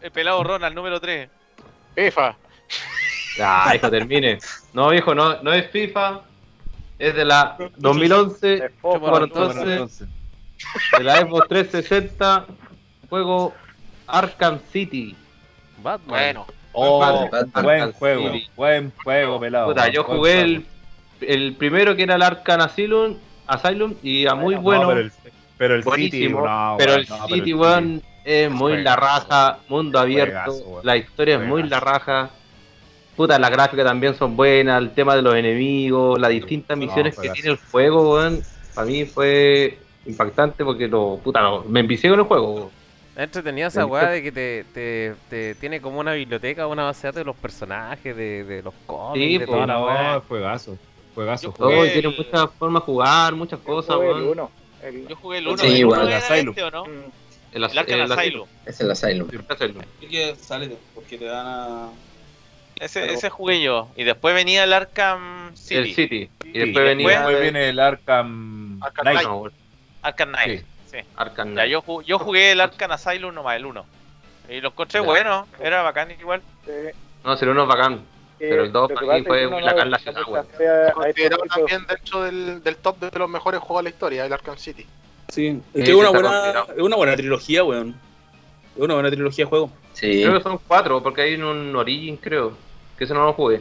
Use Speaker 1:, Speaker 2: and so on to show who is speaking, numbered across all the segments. Speaker 1: el pelado Ronald, número 3.
Speaker 2: Efa.
Speaker 3: Ah, hijo, termine. No, viejo, no, no es FIFA. Es de la 2011. Bueno, entonces. De la Xbox 360. Juego Arkham City.
Speaker 1: Batman.
Speaker 2: Bueno,
Speaker 3: Oh,
Speaker 4: Buen juego, buen juego, pelado.
Speaker 3: Puta, yo
Speaker 4: Buen
Speaker 3: jugué
Speaker 4: juego.
Speaker 3: el, el primero que era el Arkham Asylum, Asylum y a muy
Speaker 4: No,
Speaker 3: bueno,
Speaker 4: pero el, pero el City,
Speaker 3: buenísimo.
Speaker 4: no,
Speaker 3: pero
Speaker 4: weón,
Speaker 3: el
Speaker 4: Ah, no, pero
Speaker 3: City, weón, es muy la
Speaker 4: Juegazo.
Speaker 3: raja, mundo abierto,
Speaker 4: Juegazo, weón.
Speaker 3: la historia es muy la
Speaker 4: Juegazo.
Speaker 3: raja. Puta, las gráficas también son buenas, el tema de los enemigos, las distintas
Speaker 4: No,
Speaker 3: misiones que
Speaker 4: juegazo.
Speaker 3: tiene el juego, weón, para mí fue impactante porque lo, puta, no, me empecé con el juego. weón.
Speaker 1: Es entretenida esa
Speaker 3: Benito.
Speaker 1: weá de que te, te, te tiene como una biblioteca, una base de datos de los personajes, de, de los cómics,
Speaker 3: Sí,
Speaker 1: de
Speaker 3: po.
Speaker 1: toda
Speaker 4: No,
Speaker 1: la
Speaker 4: no,
Speaker 1: weá.
Speaker 4: juegazo. Juegazo,
Speaker 2: Yo
Speaker 3: Todo,
Speaker 2: jugué
Speaker 4: juegazo.
Speaker 3: y tiene
Speaker 1: el-
Speaker 3: muchas formas de jugar, muchas cosas,
Speaker 5: Fue el
Speaker 3: weón.
Speaker 5: uno, el-
Speaker 1: Yo jugué el 1
Speaker 6: Sí,
Speaker 1: de
Speaker 6: igual,
Speaker 1: ¿no
Speaker 2: el
Speaker 1: era
Speaker 2: Asylum.
Speaker 1: este o no?
Speaker 5: Mm.
Speaker 3: El as-
Speaker 1: El Arkham
Speaker 3: el
Speaker 1: Asylum.
Speaker 6: Es el Asylum.
Speaker 3: Asylum.
Speaker 7: Así que salete, porque te dan a.
Speaker 1: Ese,
Speaker 7: Pero-
Speaker 1: ese jugué yo. Y después venía el Arkham City.
Speaker 3: El City. Y después
Speaker 1: después
Speaker 3: venía
Speaker 4: Después viene el Arkham
Speaker 2: Arkham
Speaker 4: Knight.
Speaker 3: No, weón,
Speaker 1: Arkham Knight. Sí.
Speaker 3: Arkham
Speaker 1: Ya,
Speaker 3: Knight.
Speaker 1: yo, ju- yo jugué el Arkham Asylum nomás, el 1. Y lo encontré
Speaker 3: Ya.
Speaker 1: bueno, era bacán igual.
Speaker 5: eh,
Speaker 3: No, si no, no es bacán. Pero el dos
Speaker 5: lo que
Speaker 3: para
Speaker 5: pasa
Speaker 3: mí
Speaker 5: es
Speaker 3: fue
Speaker 5: que uno
Speaker 3: la
Speaker 5: no
Speaker 3: Carla
Speaker 5: alcanza
Speaker 3: Sinagua.
Speaker 5: a- a este
Speaker 2: considerado
Speaker 5: tipo de-
Speaker 2: también dentro del, del top de los mejores juegos de la historia, el Arkham City.
Speaker 7: Sí,
Speaker 3: Sí,
Speaker 7: es que es una,
Speaker 3: está
Speaker 7: buena,
Speaker 3: considerado.
Speaker 7: es una buena trilogía, weón. Es una buena trilogía de juego.
Speaker 6: Sí.
Speaker 3: Creo que son cuatro, porque hay un Origin, creo. Que ese no lo jugué.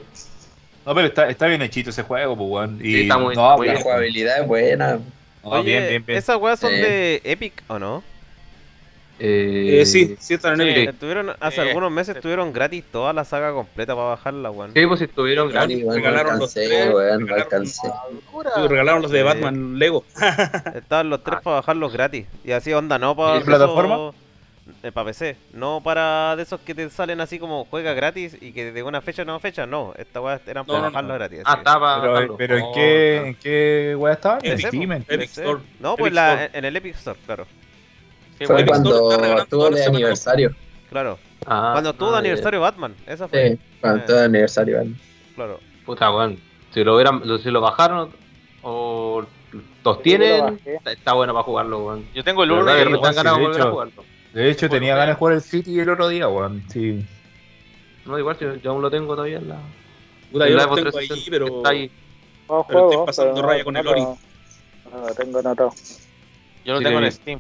Speaker 4: No, pero está, está bien hechito ese juego, pues, weón. Y
Speaker 3: Sí, está muy-
Speaker 4: no,
Speaker 3: muy
Speaker 4: habla,
Speaker 6: La
Speaker 3: bien.
Speaker 4: weón.
Speaker 6: jugabilidad es buena.
Speaker 4: No, Ah, bien, bien, bien.
Speaker 1: ¿Esas weas son
Speaker 6: Sí.
Speaker 1: de Epic o no?
Speaker 7: Eh, sí, sí, están en
Speaker 1: Sí,
Speaker 7: el.
Speaker 1: estuvieron- hace
Speaker 2: Sí.
Speaker 1: algunos meses estuvieron gratis toda la saga completa para bajarla, weón.
Speaker 3: Sí, pues si estuvieron
Speaker 6: Igual
Speaker 3: grandes.
Speaker 6: no
Speaker 7: regalaron los
Speaker 6: alcancé,
Speaker 7: tres,
Speaker 6: weón, no
Speaker 7: regalaron-
Speaker 6: alcancé.
Speaker 2: Locura.
Speaker 7: Sí, regalaron los de
Speaker 3: Sí.
Speaker 7: Batman Lego.
Speaker 1: Estaban los tres para bajarlos gratis. Y así onda, no
Speaker 4: Ah. ¿Y
Speaker 1: para. eh,
Speaker 4: en plataforma?
Speaker 1: para PC. No para de esos que te salen así como juega gratis y que de una fecha a una fecha. No, esta weá eran
Speaker 7: No,
Speaker 1: para
Speaker 7: no, no.
Speaker 1: bajarlos gratis.
Speaker 3: Ah,
Speaker 1: así que-
Speaker 3: estaba. Oh,
Speaker 4: Pero, pero ¿en qué, en qué weá estaba? En
Speaker 1: Ese,
Speaker 4: Steam, en-
Speaker 1: en
Speaker 7: Epic
Speaker 1: PC.
Speaker 7: Store.
Speaker 1: No, pues
Speaker 7: Epic
Speaker 1: la-
Speaker 7: Store.
Speaker 1: en- en el Epic Store, claro. Sí,
Speaker 6: Fue
Speaker 7: bueno.
Speaker 6: cuando
Speaker 7: Está regalando
Speaker 6: estuvo de
Speaker 7: todas las semanas.
Speaker 6: aniversario.
Speaker 1: Claro.
Speaker 3: Ah,
Speaker 1: Cuando estuvo de
Speaker 3: ah,
Speaker 1: aniversario Batman. Esa fue.
Speaker 6: Sí, cuando estuvo de aniversario, weón.
Speaker 1: Claro.
Speaker 3: ya. Puta, weón. Si lo, hubieran, lo- si lo bajaron o los tienen,
Speaker 5: bajé.
Speaker 3: está, está bueno para jugarlo, weón.
Speaker 1: Yo tengo el
Speaker 3: La
Speaker 4: uno
Speaker 1: uno
Speaker 3: verdad
Speaker 4: y
Speaker 3: que
Speaker 4: el
Speaker 3: no
Speaker 4: dos,
Speaker 3: están ganas de
Speaker 4: sí, de
Speaker 3: volver a
Speaker 4: hecho.
Speaker 3: jugarlo.
Speaker 4: De hecho,
Speaker 3: Por
Speaker 4: tenía
Speaker 3: lo
Speaker 4: ganas de jugar el City el otro día, weón. Sí.
Speaker 3: No, igual, si yo, yo aún lo tengo todavía en la.
Speaker 7: Puta,
Speaker 3: en
Speaker 7: yo
Speaker 3: la
Speaker 7: los
Speaker 3: Xbox
Speaker 7: tengo ahí,
Speaker 3: 360,
Speaker 7: pero. pues
Speaker 3: que está ahí.
Speaker 5: no
Speaker 7: Pero estoy
Speaker 5: juego,
Speaker 7: pasando
Speaker 5: pero no-
Speaker 7: raya con el
Speaker 5: no
Speaker 7: Ori.
Speaker 5: lo- No lo tengo anotado.
Speaker 1: Yo lo
Speaker 3: Sí,
Speaker 1: tengo
Speaker 3: le
Speaker 1: en
Speaker 3: vi.
Speaker 1: Steam.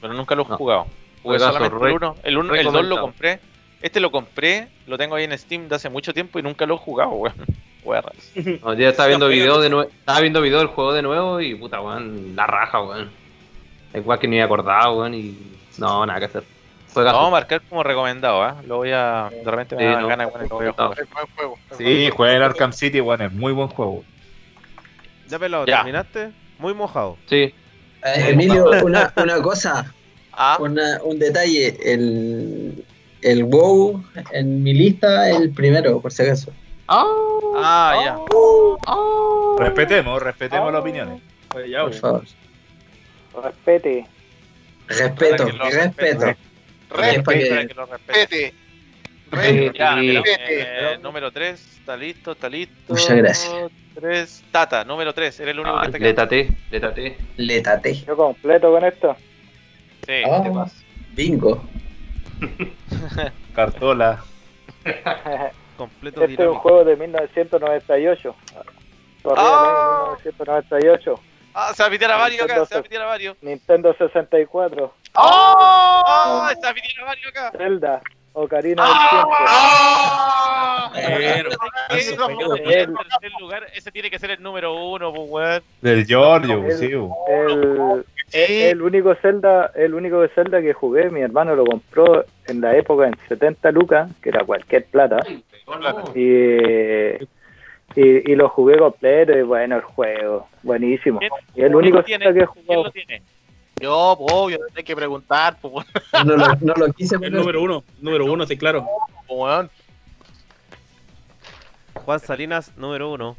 Speaker 1: Pero nunca lo he
Speaker 3: No.
Speaker 1: jugado. Jugué
Speaker 3: Juegazo,
Speaker 1: solamente
Speaker 3: re-
Speaker 1: el 1. El 1, el 2 lo
Speaker 3: recomendado.
Speaker 1: compré. Este lo compré, lo tengo ahí en Steam de hace mucho tiempo y nunca lo he jugado, weón. Weón.
Speaker 3: No, ya estaba viendo
Speaker 7: No, pero-
Speaker 3: video de nuevo. Estaba viendo video del juego de nuevo y puta, weón. La raja, weón. Es igual que ni me acordaba, weón. Y. No, nada que hacer.
Speaker 1: Lo
Speaker 3: Juegazo.
Speaker 1: vamos a marcar como recomendado, ¿ah? Lo voy a. De repente me
Speaker 3: Sí,
Speaker 1: da
Speaker 3: no.
Speaker 1: ganas, bueno, y lo voy a
Speaker 3: No.
Speaker 1: jugar.
Speaker 2: Es buen juego. es
Speaker 4: Sí,
Speaker 2: buen juego.
Speaker 4: juega el Arkham City, weón. Es muy buen juego.
Speaker 1: Ya, pelado,
Speaker 2: Ya.
Speaker 1: ¿terminaste? Muy mojado.
Speaker 3: Sí.
Speaker 6: Eh, Emilio, una, una cosa,
Speaker 1: Ah,
Speaker 6: una, un detalle. El, el WoW en mi lista es el primero, por si acaso.
Speaker 1: ah,
Speaker 5: Oh.
Speaker 1: ya.
Speaker 5: Uh,
Speaker 4: Respetemos, respetemos las opiniones.
Speaker 7: Oye, ya,
Speaker 6: Por
Speaker 7: weón.
Speaker 6: favor.
Speaker 5: Respete.
Speaker 6: Respeto,
Speaker 1: Para que lo
Speaker 6: respeto.
Speaker 2: Respete,
Speaker 6: Es para que-
Speaker 1: Espera que lo respete.
Speaker 2: Respete.
Speaker 3: Sí,
Speaker 1: Ya,
Speaker 3: sí.
Speaker 1: pelado,
Speaker 2: Respete.
Speaker 1: eh, número 3, está listo, está listo.
Speaker 6: Muchas gracias.
Speaker 1: 3, Tata, número 3, eres el único
Speaker 3: Ah,
Speaker 1: que te
Speaker 3: le
Speaker 1: queda.
Speaker 3: taté, le taté.
Speaker 6: Le tate.
Speaker 5: Yo completo con esto.
Speaker 1: Sí.
Speaker 6: Ah, bingo.
Speaker 4: Cartola.
Speaker 1: Completo
Speaker 5: Este es un
Speaker 1: dinámico.
Speaker 5: juego de 1998. Corría
Speaker 1: Ah.
Speaker 5: en 1998.
Speaker 1: Ah, se va a pitear a Mario acá,
Speaker 5: Entonces-
Speaker 1: se va a pitear a Mario.
Speaker 5: Nintendo 64.
Speaker 1: ¡Oh! Se va a pitear a Mario acá.
Speaker 5: Zelda. Ocarina
Speaker 7: Ah.
Speaker 5: del
Speaker 7: Pero,
Speaker 1: Eh,
Speaker 7: eso,
Speaker 1: lo
Speaker 7: weón.
Speaker 1: pongo en tercer lugar, ese tiene que ser el número uno, pues weón.
Speaker 4: Del Giorgio, pues, sí, weón.
Speaker 5: Tiempo. El, el único Zelda, el único Zelda que jugué, mi hermano lo compró en la época en 70 lucas, que era cualquier plata. Y, y, y lo jugué completo y bueno, el juego, buenísimo.
Speaker 1: ¿Quién-
Speaker 5: Y el único
Speaker 1: quién tiene?
Speaker 5: Zelda que he
Speaker 1: ¿Quién
Speaker 5: jugado.
Speaker 1: lo tiene?
Speaker 2: Yo, pues, obvio, hay que preguntar, pues, bueno,
Speaker 6: No lo, no lo quise
Speaker 7: El
Speaker 6: poner.
Speaker 7: número uno, número uno, sí, claro.
Speaker 2: pues, weón.
Speaker 1: Juan Salinas, número uno.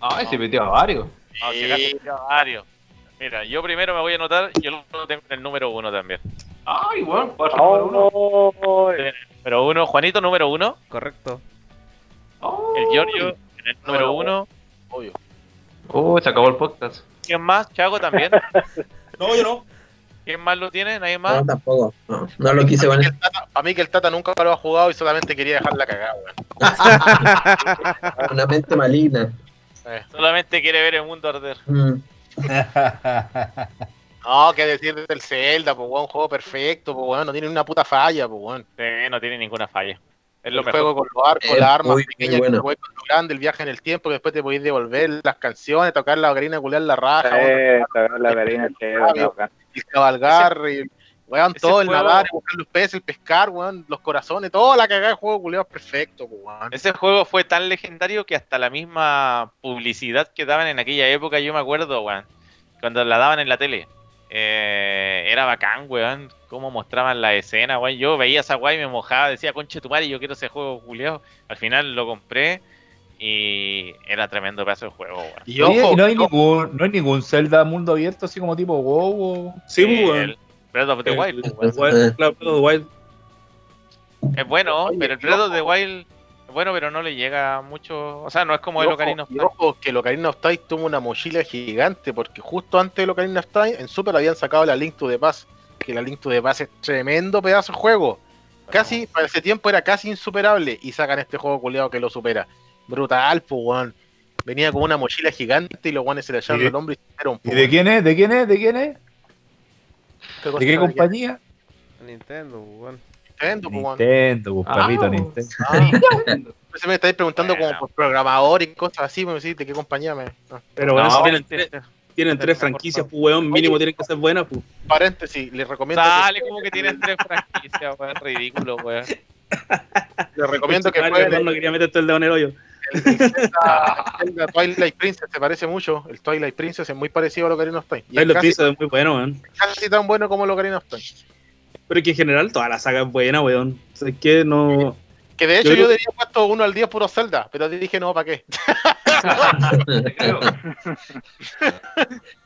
Speaker 3: Oh, Ay, se metió a varios.
Speaker 1: Ah, si acá se metió a Mario. Mira, yo primero me voy a anotar, yo lo tengo en el número uno también.
Speaker 3: Ay, weón, cuatro por uno.
Speaker 5: Oh,
Speaker 1: Número uno, Juanito, número uno.
Speaker 8: Correcto.
Speaker 1: El Giorgio, en el número
Speaker 2: Número
Speaker 1: uno.
Speaker 3: Oh, se acabó el podcast.
Speaker 1: ¿Quién más? Chago también.
Speaker 7: No, yo no.
Speaker 1: ¿Quién ¿Alguien más lo tiene? ¿Nadie más?
Speaker 6: No, tampoco. No, no lo quise poner.
Speaker 2: A mí que el Tata nunca lo ha jugado y solamente quería dejarla cagada, weón.
Speaker 6: Una mente maligna.
Speaker 2: Ah.
Speaker 1: Solamente quiere ver el mundo arder.
Speaker 6: Mm.
Speaker 2: No, qué decir del Zelda, pues weón, un juego perfecto, pues weón, no tiene ni una puta falla, pues weón.
Speaker 1: Sí, no tiene ninguna falla. Es lo
Speaker 2: el
Speaker 1: mejor.
Speaker 2: juego con los arcos,
Speaker 6: Es
Speaker 2: las armas
Speaker 6: muy, muy
Speaker 2: pequeñas,
Speaker 6: bueno.
Speaker 2: que podés con lo grande, el viaje en el tiempo, que después te podéis devolver las canciones, tocar la ocarina, culiar la raja, weón,
Speaker 5: Eh, cagar la carina chévere, no, weón.
Speaker 2: y cabalgar, y, weón,
Speaker 1: ese
Speaker 2: todo, el
Speaker 1: juego-
Speaker 2: nadar, y buscar los peces, el pescar, weón, los corazones, toda la cagada de juego, culiado, perfecto, pues weón.
Speaker 1: Ese juego fue tan legendario que hasta la misma publicidad que daban en aquella época, yo me acuerdo, weón, cuando la daban en la tele. eh, era bacán, weón, cómo mostraban la escena, weón. Yo veía esa weá y me mojaba, decía, conche tu madre, yo quiero ese juego, culiao. Al final lo compré y era tremendo pedazo de juego, weón.
Speaker 2: Y ojo,
Speaker 4: Oye, no, hay
Speaker 2: ojo,
Speaker 4: ningún, no hay ningún Zelda mundo abierto así como tipo WoW. o-
Speaker 7: Sí, pues,
Speaker 1: Eh,
Speaker 7: weón.
Speaker 1: el Breath of the
Speaker 7: El-
Speaker 1: Wild,
Speaker 7: el-
Speaker 1: weón.
Speaker 7: Wild, claro, Breath of the Wild.
Speaker 1: Es bueno,
Speaker 2: Oye,
Speaker 1: pero el
Speaker 2: y
Speaker 1: Breath of
Speaker 2: ojo.
Speaker 1: the Wild es bueno, pero no le llega mucho. O sea, no es como
Speaker 2: y
Speaker 1: el
Speaker 2: ojo,
Speaker 1: Ocarina of
Speaker 2: y
Speaker 1: Time.
Speaker 2: ojo, que el Ocarina of Time tuvo una mochila gigante, porque justo antes del Ocarina of Time, en Super habían sacado la Link to the Past, que la Link to the Past es tremendo pedazo de juego. Casi, para ese tiempo era casi insuperable, y sacan este juego culeado que lo supera. Brutal, pues, weón. Venía con una mochila gigante y los guanes se le echaron
Speaker 4: ¿Y de-
Speaker 2: al hombro y se hicieron, po,
Speaker 4: ¿Y de
Speaker 2: weón.
Speaker 4: quién es? ¿De quién es? ¿De quién es?
Speaker 2: cosa
Speaker 4: ¿De qué
Speaker 2: era?
Speaker 4: compañía?
Speaker 3: Nintendo, weón.
Speaker 2: Nintendo, po, weón.
Speaker 4: Nintendo, pues, perrito,
Speaker 9: Ah.
Speaker 4: Nintendo.
Speaker 2: Entonces Pues, me estáis preguntando
Speaker 1: Bueno.
Speaker 2: como por programador y cosas así, me decís, ¿de qué compañía me? no.
Speaker 7: Pero
Speaker 1: No,
Speaker 7: bueno, si tienen,
Speaker 1: este-
Speaker 7: tres, tienen tres franquicias, pues, weón, mínimo tienen que ser buenas, pues.
Speaker 2: Paréntesis, les recomiendo, que,
Speaker 1: Sale como que tienes tres franquicias, weón. Ridículo, weón.
Speaker 2: les recomiendo que
Speaker 7: Madre,
Speaker 2: jueguen
Speaker 7: perdón, no quería meter todo el dedo en el hoyo.
Speaker 2: el, el Zelda- el Zelda Twilight Princess, te parece mucho. El Twilight Princess es muy parecido a lo Ocarina of Time. Y
Speaker 7: Ahí
Speaker 2: es
Speaker 7: lo
Speaker 2: casi,
Speaker 7: piso es muy bueno, weón.
Speaker 2: casi tan bueno como lo Ocarina of Time.
Speaker 7: Pero que en general toda la saga es buena, weón. O sea, es que no.
Speaker 2: Que de hecho
Speaker 7: Yo
Speaker 2: yo,
Speaker 7: creo-
Speaker 2: diría puesto uno al 10 puro Zelda, pero dije no, ¿para qué?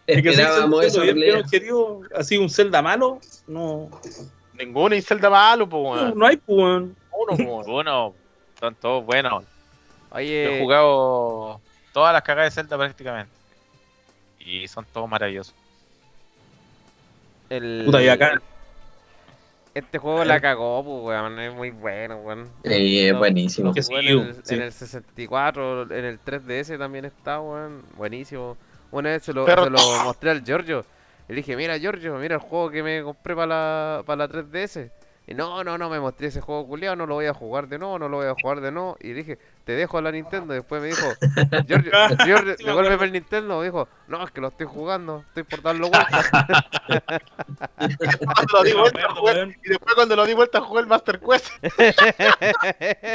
Speaker 7: Es que si
Speaker 6: Esperábamos eso.
Speaker 7: bien, bien
Speaker 6: Leo.
Speaker 7: objetivo, así un Zelda malo, no.
Speaker 2: Ninguno y Zelda malo, pues
Speaker 7: No,
Speaker 2: weón.
Speaker 7: no hay, pues, weón.
Speaker 2: Uno, pues, weón.
Speaker 1: Uno, son todos buenos. Yo he
Speaker 3: Oye,
Speaker 1: jugado todas las cagadas de Zelda prácticamente. Y son todos maravillosos.
Speaker 3: el...
Speaker 7: Puta, y acá.
Speaker 3: Este juego la cagó, pues, weón. Es muy bueno, weón.
Speaker 6: Sí, es
Speaker 3: No,
Speaker 6: buenísimo.
Speaker 3: lo
Speaker 7: Que
Speaker 3: jugué
Speaker 7: sí,
Speaker 3: en, el,
Speaker 7: sí.
Speaker 3: en el 64, en el 3DS también está, weón. Buenísimo. Una vez se lo,
Speaker 2: Pero-
Speaker 3: se lo mostré al Giorgio. Y le dije, mira, Giorgio, mira el juego que me compré para la, para la 3DS. Y no, no, no, me mostré ese juego culiado, no lo voy a jugar de nuevo, no lo voy a jugar de nuevo. Y dije, te dejo la Nintendo. Y después me dijo, Giorgio, Giorgio
Speaker 7: Sí, me
Speaker 3: devuélveme el Nintendo. Me dijo, no, es que lo estoy jugando, estoy por darlo vuelta.
Speaker 2: Cuando lo di vuelta,
Speaker 7: Weón,
Speaker 2: jugué-
Speaker 7: weón.
Speaker 2: y después cuando lo di vuelta jugué el Master Quest.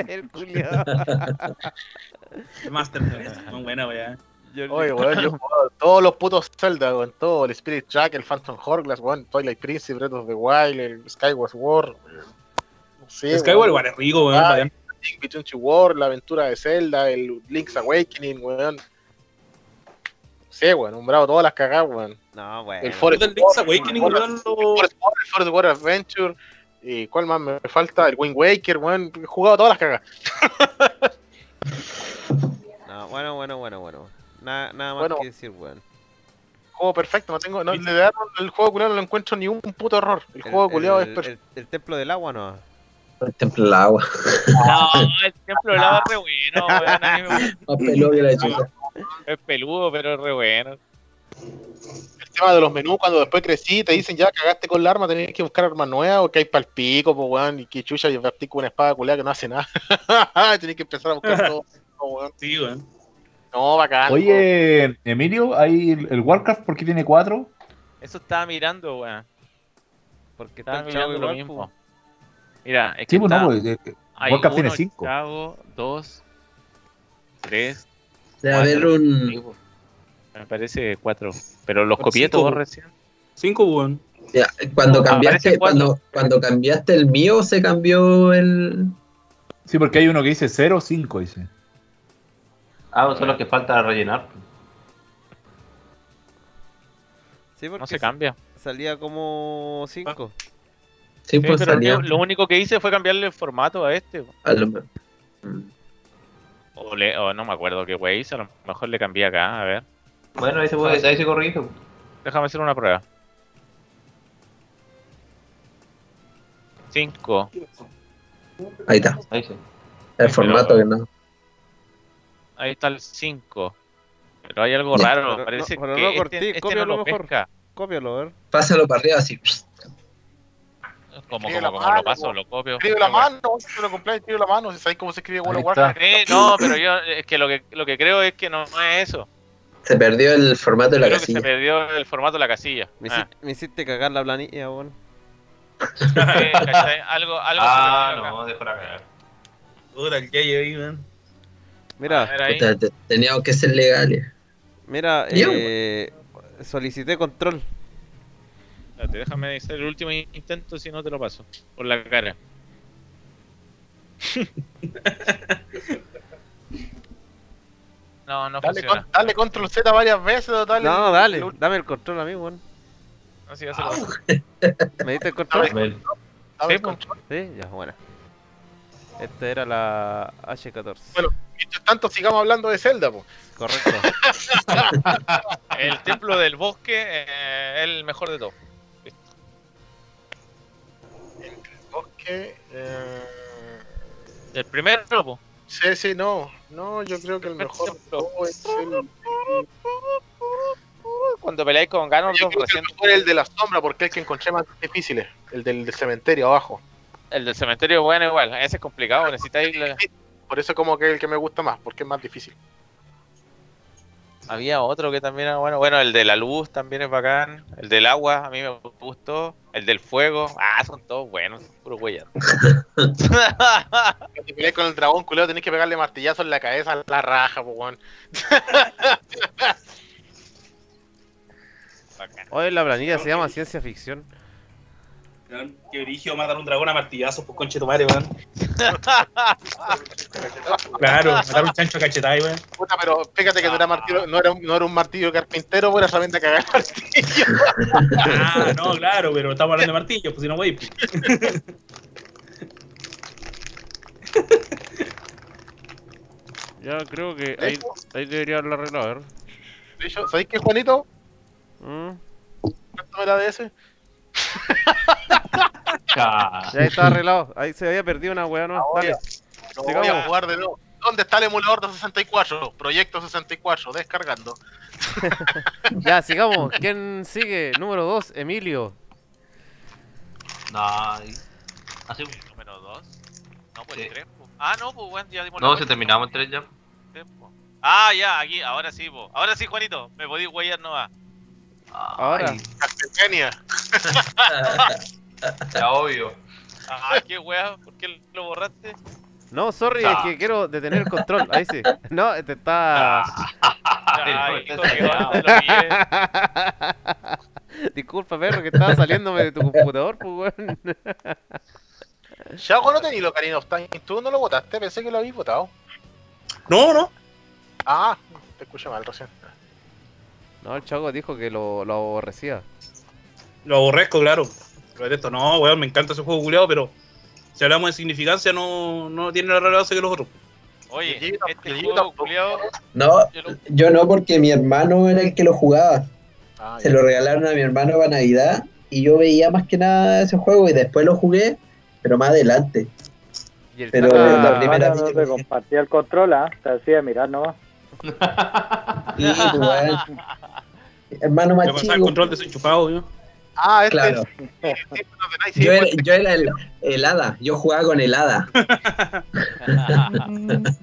Speaker 3: el culiado.
Speaker 7: Master Race, weón, buena, weón.
Speaker 2: Oye, weón, yo he jugado todos los putos Zelda, weón. Todo el Spirit Track, el Phantom Hourglass, weón. Twilight Princess, Breath of the Wild, el Skyward Sword. weón. Sí,
Speaker 7: Skyward
Speaker 2: weón.
Speaker 7: War es rico, weón.
Speaker 2: Ah,
Speaker 7: para-
Speaker 2: Link Between Two Worlds, la aventura de Zelda, el Link's Awakening, weón. Sí, weón, nombrado todas las cagadas, weón.
Speaker 3: No, bueno.
Speaker 2: El Forest
Speaker 7: Del Link's
Speaker 2: War,
Speaker 7: Awakening,
Speaker 2: el
Speaker 7: weón, lo-
Speaker 2: Forest War, el Forest War Adventure. ¿Y cuál más me falta? El Wind Waker, weón. He jugado todas las cagadas.
Speaker 3: No, bueno, bueno, bueno, bueno. Nada, nada más
Speaker 2: Bueno.
Speaker 3: que decir, weón.
Speaker 2: Juego perfecto, no tengo. No, le daron el juego culiado, no le encuentro ni un puto error. El, juego culiado es
Speaker 3: el-
Speaker 2: perfecto.
Speaker 3: el- el templo del agua no.
Speaker 6: El templo del agua.
Speaker 1: No, el templo del agua es re bueno, weón. A mí me gusta.
Speaker 6: Más peludo que la chucha.
Speaker 1: Es peludo, pero es re bueno.
Speaker 2: El tema de los menús, cuando después crecí, te dicen ya cagaste con la arma, tenés que buscar armas nuevas o que hay pa'l pico, pues weón. Y que chucha, yo practico una espada culiada que no hace nada. tenés que empezar a buscar todo, weón.
Speaker 7: Sí, weón.
Speaker 2: No, bacán. po.
Speaker 4: Oye, Emilio, ¿hay el el Warcraft por qué tiene cuatro?
Speaker 1: Eso estaba mirando, weón.
Speaker 3: Porque está
Speaker 1: Estaba
Speaker 3: el chavo
Speaker 1: mirando lo
Speaker 3: igual,
Speaker 1: mismo.
Speaker 3: po.
Speaker 1: Mira, es que
Speaker 4: Sí, pues
Speaker 1: está-
Speaker 4: no, pues, eh, eh,
Speaker 1: hay
Speaker 4: Warcraft tiene
Speaker 1: uno,
Speaker 4: cinco.
Speaker 1: Chavo, dos, tres, pues.
Speaker 6: Debe haber un.
Speaker 1: me parece cuatro. Pero los
Speaker 7: Pero
Speaker 1: copié
Speaker 7: cinco,
Speaker 1: todos
Speaker 7: po.
Speaker 1: recién.
Speaker 7: Cinco, weón.
Speaker 6: ya, Cuando
Speaker 1: No,
Speaker 6: cambiaste,
Speaker 1: aparecen
Speaker 6: cuando, cuando cambiaste el mío, se cambió el.
Speaker 4: Sí, porque hay uno que dice 0, 5, dice.
Speaker 9: Ah, son los que falta rellenar.
Speaker 3: Sí, porque
Speaker 1: No se cambia.
Speaker 3: salía como 5.
Speaker 6: Sí,
Speaker 1: Sí,
Speaker 6: pues
Speaker 1: pero
Speaker 6: salía.
Speaker 1: lo, lo único que hice fue cambiarle el formato a este. po.
Speaker 6: a lo- Mm.
Speaker 1: O, le- o no me acuerdo qué wey hice. A lo mejor le cambié acá. A ver,
Speaker 9: Bueno, ahí se, puede, ahí se corrige.
Speaker 1: déjame hacer una prueba. 5.
Speaker 6: Ahí está.
Speaker 3: Ahí sí.
Speaker 6: El formato que no.
Speaker 1: Ahí está el 5. Pero hay algo
Speaker 6: Ya.
Speaker 1: raro,
Speaker 10: Pero
Speaker 1: parece
Speaker 10: no- pero
Speaker 1: que
Speaker 10: no,
Speaker 1: este-
Speaker 10: Corti,
Speaker 1: este, no
Speaker 10: cópialo
Speaker 1: lo
Speaker 10: mejor.
Speaker 1: pesca.
Speaker 10: Cópialo, a ver.
Speaker 6: Pásalo para arriba así.
Speaker 1: Como, como,
Speaker 2: Escribe la
Speaker 1: como lo
Speaker 2: mano,
Speaker 1: paso,
Speaker 2: po.
Speaker 1: lo copio.
Speaker 2: Escribe la mano, si lo compráis, escribe la mano. Si sabéis cómo se escribe World of
Speaker 3: Ahí está.
Speaker 2: Warcraft.
Speaker 1: Sí, eh, no, pero yo es que lo que lo que creo es que no es eso.
Speaker 6: Se perdió el formato de la
Speaker 1: creo que se
Speaker 6: casilla.
Speaker 1: perdió el formato de la casilla.
Speaker 10: Me,
Speaker 1: Ah,
Speaker 10: hiciste, me hiciste cagar la planilla, weón.
Speaker 1: eh, ¿cachai? algo, algo
Speaker 3: Ah,
Speaker 1: se perdió acá.
Speaker 3: no, dejo la cagar.
Speaker 7: Puta, el Yayo ahí, weón.
Speaker 10: Mira,
Speaker 2: Ah,
Speaker 1: A ver ahí.
Speaker 6: Puta, te- Teníamos que ser legales.
Speaker 10: mira,
Speaker 6: Ya,
Speaker 10: eh, solicité control.
Speaker 1: Espérate, déjame hacer el último intento si no te lo paso. Por la cara. no, no
Speaker 2: Dale,
Speaker 1: funciona.
Speaker 2: con- dale control Z varias veces. o Dale,
Speaker 10: No, dale,
Speaker 2: el último.
Speaker 10: dame el control a mí, weón.
Speaker 1: No, sí, ya
Speaker 2: Ah,
Speaker 1: se lo paso.
Speaker 10: ¿Me diste el control?
Speaker 3: Amén.
Speaker 2: Dame
Speaker 1: Sí, po.
Speaker 2: control.
Speaker 10: Sí, ya, buena. Esta era la H14.
Speaker 2: Bueno. Mientras tanto, sigamos hablando de Zelda. po.
Speaker 10: Correcto.
Speaker 1: El templo del bosque eh, es el mejor de todos.
Speaker 2: Ok. eh,
Speaker 1: El primero, po.
Speaker 2: Sí, sí, no. No, yo creo que el mejor de todo es el.
Speaker 1: cuando peleáis con Ganondorf pues,
Speaker 2: Yo creo que el
Speaker 1: recién
Speaker 2: mejor es el de la sombra, porque es el que encontré más difícil. El del, del cementerio abajo.
Speaker 1: el del cementerio bueno igual ese es complicado necesitáis la-
Speaker 2: Por eso, como que es el que me gusta más, porque es más difícil.
Speaker 1: había otro que también era bueno bueno el de la luz también es bacán el del agua a mí me gustó el del fuego ah son todos buenos son puros huellas
Speaker 2: Cuando te peleas con el dragón, culero, tenés que pegarle martillazo en la cabeza a la raja, po, weón.
Speaker 10: Hoy la planilla se llama ciencia ficción.
Speaker 7: Weón, Qué brillo matar a un dragón a martillazos, pues conche tu madre, weón. Claro, matar a un chancho a cachetada, weón.
Speaker 2: Puta, pero fíjate que no era martillo, no era un, no era un martillo carpintero, pues era solamente a cagar martillo.
Speaker 7: Ah, no, claro, pero estamos hablando de martillos, pues si no, wey. pues.
Speaker 10: Ya creo que ahí, ahí debería haberla arreglado, a ver.
Speaker 2: De hecho, ¿sabéis qué, Juanito?
Speaker 10: Mm,
Speaker 2: ¿Cuánto era de ese?
Speaker 3: Ca-
Speaker 10: Ya está arreglado. Ahí se había perdido una weá, ¿no?
Speaker 2: Ah. Ahora.
Speaker 10: Dale.
Speaker 2: Lo voy
Speaker 10: Sí, ¿cómo?
Speaker 2: a jugar de nuevo. ¿Dónde está el emulador de 64? Proyecto 64, descargando.
Speaker 10: Ya, sigamos. ¿Quién sigue? Número 2, Emilio.
Speaker 3: No, y- así-
Speaker 1: número 2 no pues
Speaker 3: Sí.
Speaker 1: el tres, po. ah no pues bueno ya dimos la
Speaker 3: No,
Speaker 1: vuelta.
Speaker 3: si terminamos en tres ya.
Speaker 1: Tres, po. ah ya aquí ahora sí po. ahora sí Juanito me podéis huellar no va
Speaker 10: Ahora.
Speaker 3: Ay,
Speaker 2: Castlevania.
Speaker 3: Ya obvio.
Speaker 1: ah qué wea ¿por qué lo borraste?
Speaker 10: No, sorry, es
Speaker 3: Ah.
Speaker 10: que quiero detener el control. Ahí sí. No, te está.
Speaker 7: Ah.
Speaker 1: Ay,
Speaker 7: este
Speaker 1: hijo, qué onda, lo pillé. Ah.
Speaker 10: Disculpa, perro, que estaba saliéndome de tu computador, pues, weón.
Speaker 2: Shago no tenía lo Karina of Time. Tú no lo votaste, pensé que lo habías votado.
Speaker 7: No, no.
Speaker 2: Ah, te escuché mal recién.
Speaker 10: No, el chavo dijo que lo, lo aborrecía.
Speaker 7: Lo aborrezco, claro. Lo detesto. No, weón, me encanta ese juego culiado, pero si hablamos de significancia, no, no tiene la relevancia que los otros.
Speaker 1: Oye,
Speaker 2: Yuyito,
Speaker 1: este
Speaker 2: Yuyito,
Speaker 1: juego
Speaker 2: po.
Speaker 1: culiao,
Speaker 6: No,
Speaker 1: yo lo-
Speaker 6: yo no, porque mi hermano era el que lo jugaba.
Speaker 2: Ah,
Speaker 6: Se lo regalaron a mi hermano para Navidad y yo veía más que nada ese juego y después lo jugué, pero más adelante.
Speaker 10: Y el
Speaker 6: Pero
Speaker 10: Tata-
Speaker 6: la primera-
Speaker 5: Ahora no te compartía el control, ¿ah? Te hacía mirar nomás.
Speaker 6: Y, weón, hermano
Speaker 7: Me
Speaker 6: más
Speaker 7: pasaba el
Speaker 6: chico.
Speaker 7: control desenchufado, weón.
Speaker 2: ah este
Speaker 6: Claro,
Speaker 2: es el tipo de Night
Speaker 6: yo era,
Speaker 2: City,
Speaker 6: yo era el, el hada, yo jugaba con el hada.
Speaker 2: pues,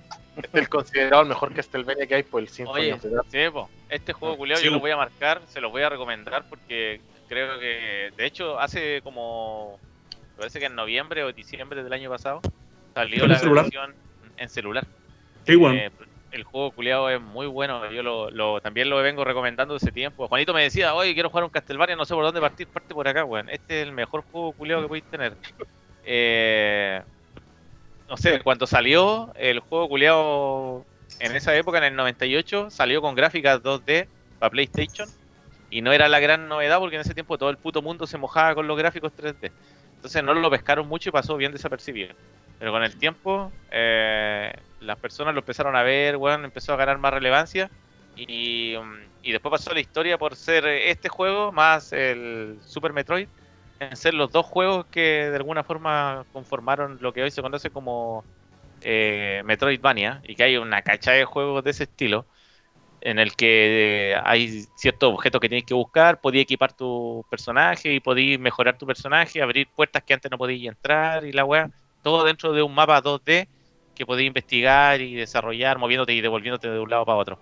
Speaker 2: el considerado el mejor Castlevania que hay por el Symphony
Speaker 1: Oye,
Speaker 2: of the Dark.
Speaker 1: sí, po. este juego culiao
Speaker 7: Ah, Sí,
Speaker 1: yo lo
Speaker 7: po.
Speaker 1: voy a marcar, se los voy a recomendar porque creo que, de hecho, hace como, me parece que en noviembre o diciembre del año pasado, salió
Speaker 7: ¿Salió
Speaker 1: la
Speaker 7: en celular?
Speaker 1: versión en celular.
Speaker 7: Sí, weón.
Speaker 1: Eh, el juego culiao es muy bueno, yo lo, lo- también lo vengo recomendando hace tiempo. Juanito me decía, oye, quiero jugar un Castlevania, no sé por dónde partir, parte por acá, weón. Este es el mejor juego culiao que podéis tener. Eh, no sé, cuando salió el juego culiao en esa época, en el 98, salió con gráficas 2D para PlayStation. Y no era la gran novedad porque en ese tiempo todo el puto mundo se mojaba con los gráficos 3D. Entonces no lo pescaron mucho y pasó bien desapercibido. Pero con el tiempo, eh, las personas lo empezaron a ver, weón, empezó a ganar más relevancia. Y, mm, y después pasó la historia por ser eh, este juego más el Super Metroid ser los dos juegos que de alguna forma conformaron lo que hoy se conoce como eh, Metroidvania y que hay una cacha de juegos de ese estilo en el que eh, hay ciertos objetos que tienes que buscar, podías equipar tu personaje y podías mejorar tu personaje, abrir puertas que antes no podías entrar y la weá, todo dentro de un mapa 2D que podías investigar y desarrollar moviéndote y devolviéndote de un lado para otro.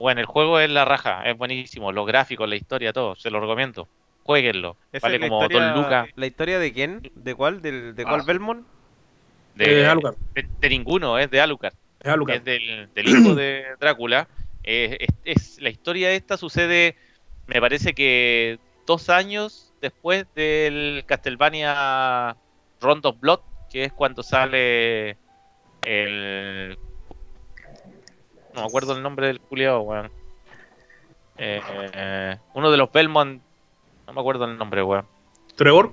Speaker 1: Bueno, el juego es la raja, es buenísimo, los gráficos, la historia, todo, se lo recomiendo. Jueguenlo,
Speaker 10: Esa
Speaker 1: vale
Speaker 10: es la
Speaker 1: como
Speaker 10: historia-
Speaker 1: dos lucas
Speaker 10: ¿La historia de quién? ¿De cuál? ¿Del- ¿De,
Speaker 1: Ah.
Speaker 10: cuál Belmont?
Speaker 1: de,
Speaker 7: Eh, Alucard.
Speaker 1: de- de ninguno, es de Alucard.
Speaker 7: Es
Speaker 1: que
Speaker 7: Alucard.
Speaker 1: es del, del hijo de Drácula. eh, es, es- la historia esta sucede, me parece que dos años después del Castlevania Rondo of Blood, que es cuando sale el... No me acuerdo el nombre del culiao, weón. Eh, eh, uno de los Belmont... No me acuerdo el nombre, weón.
Speaker 7: Trevor,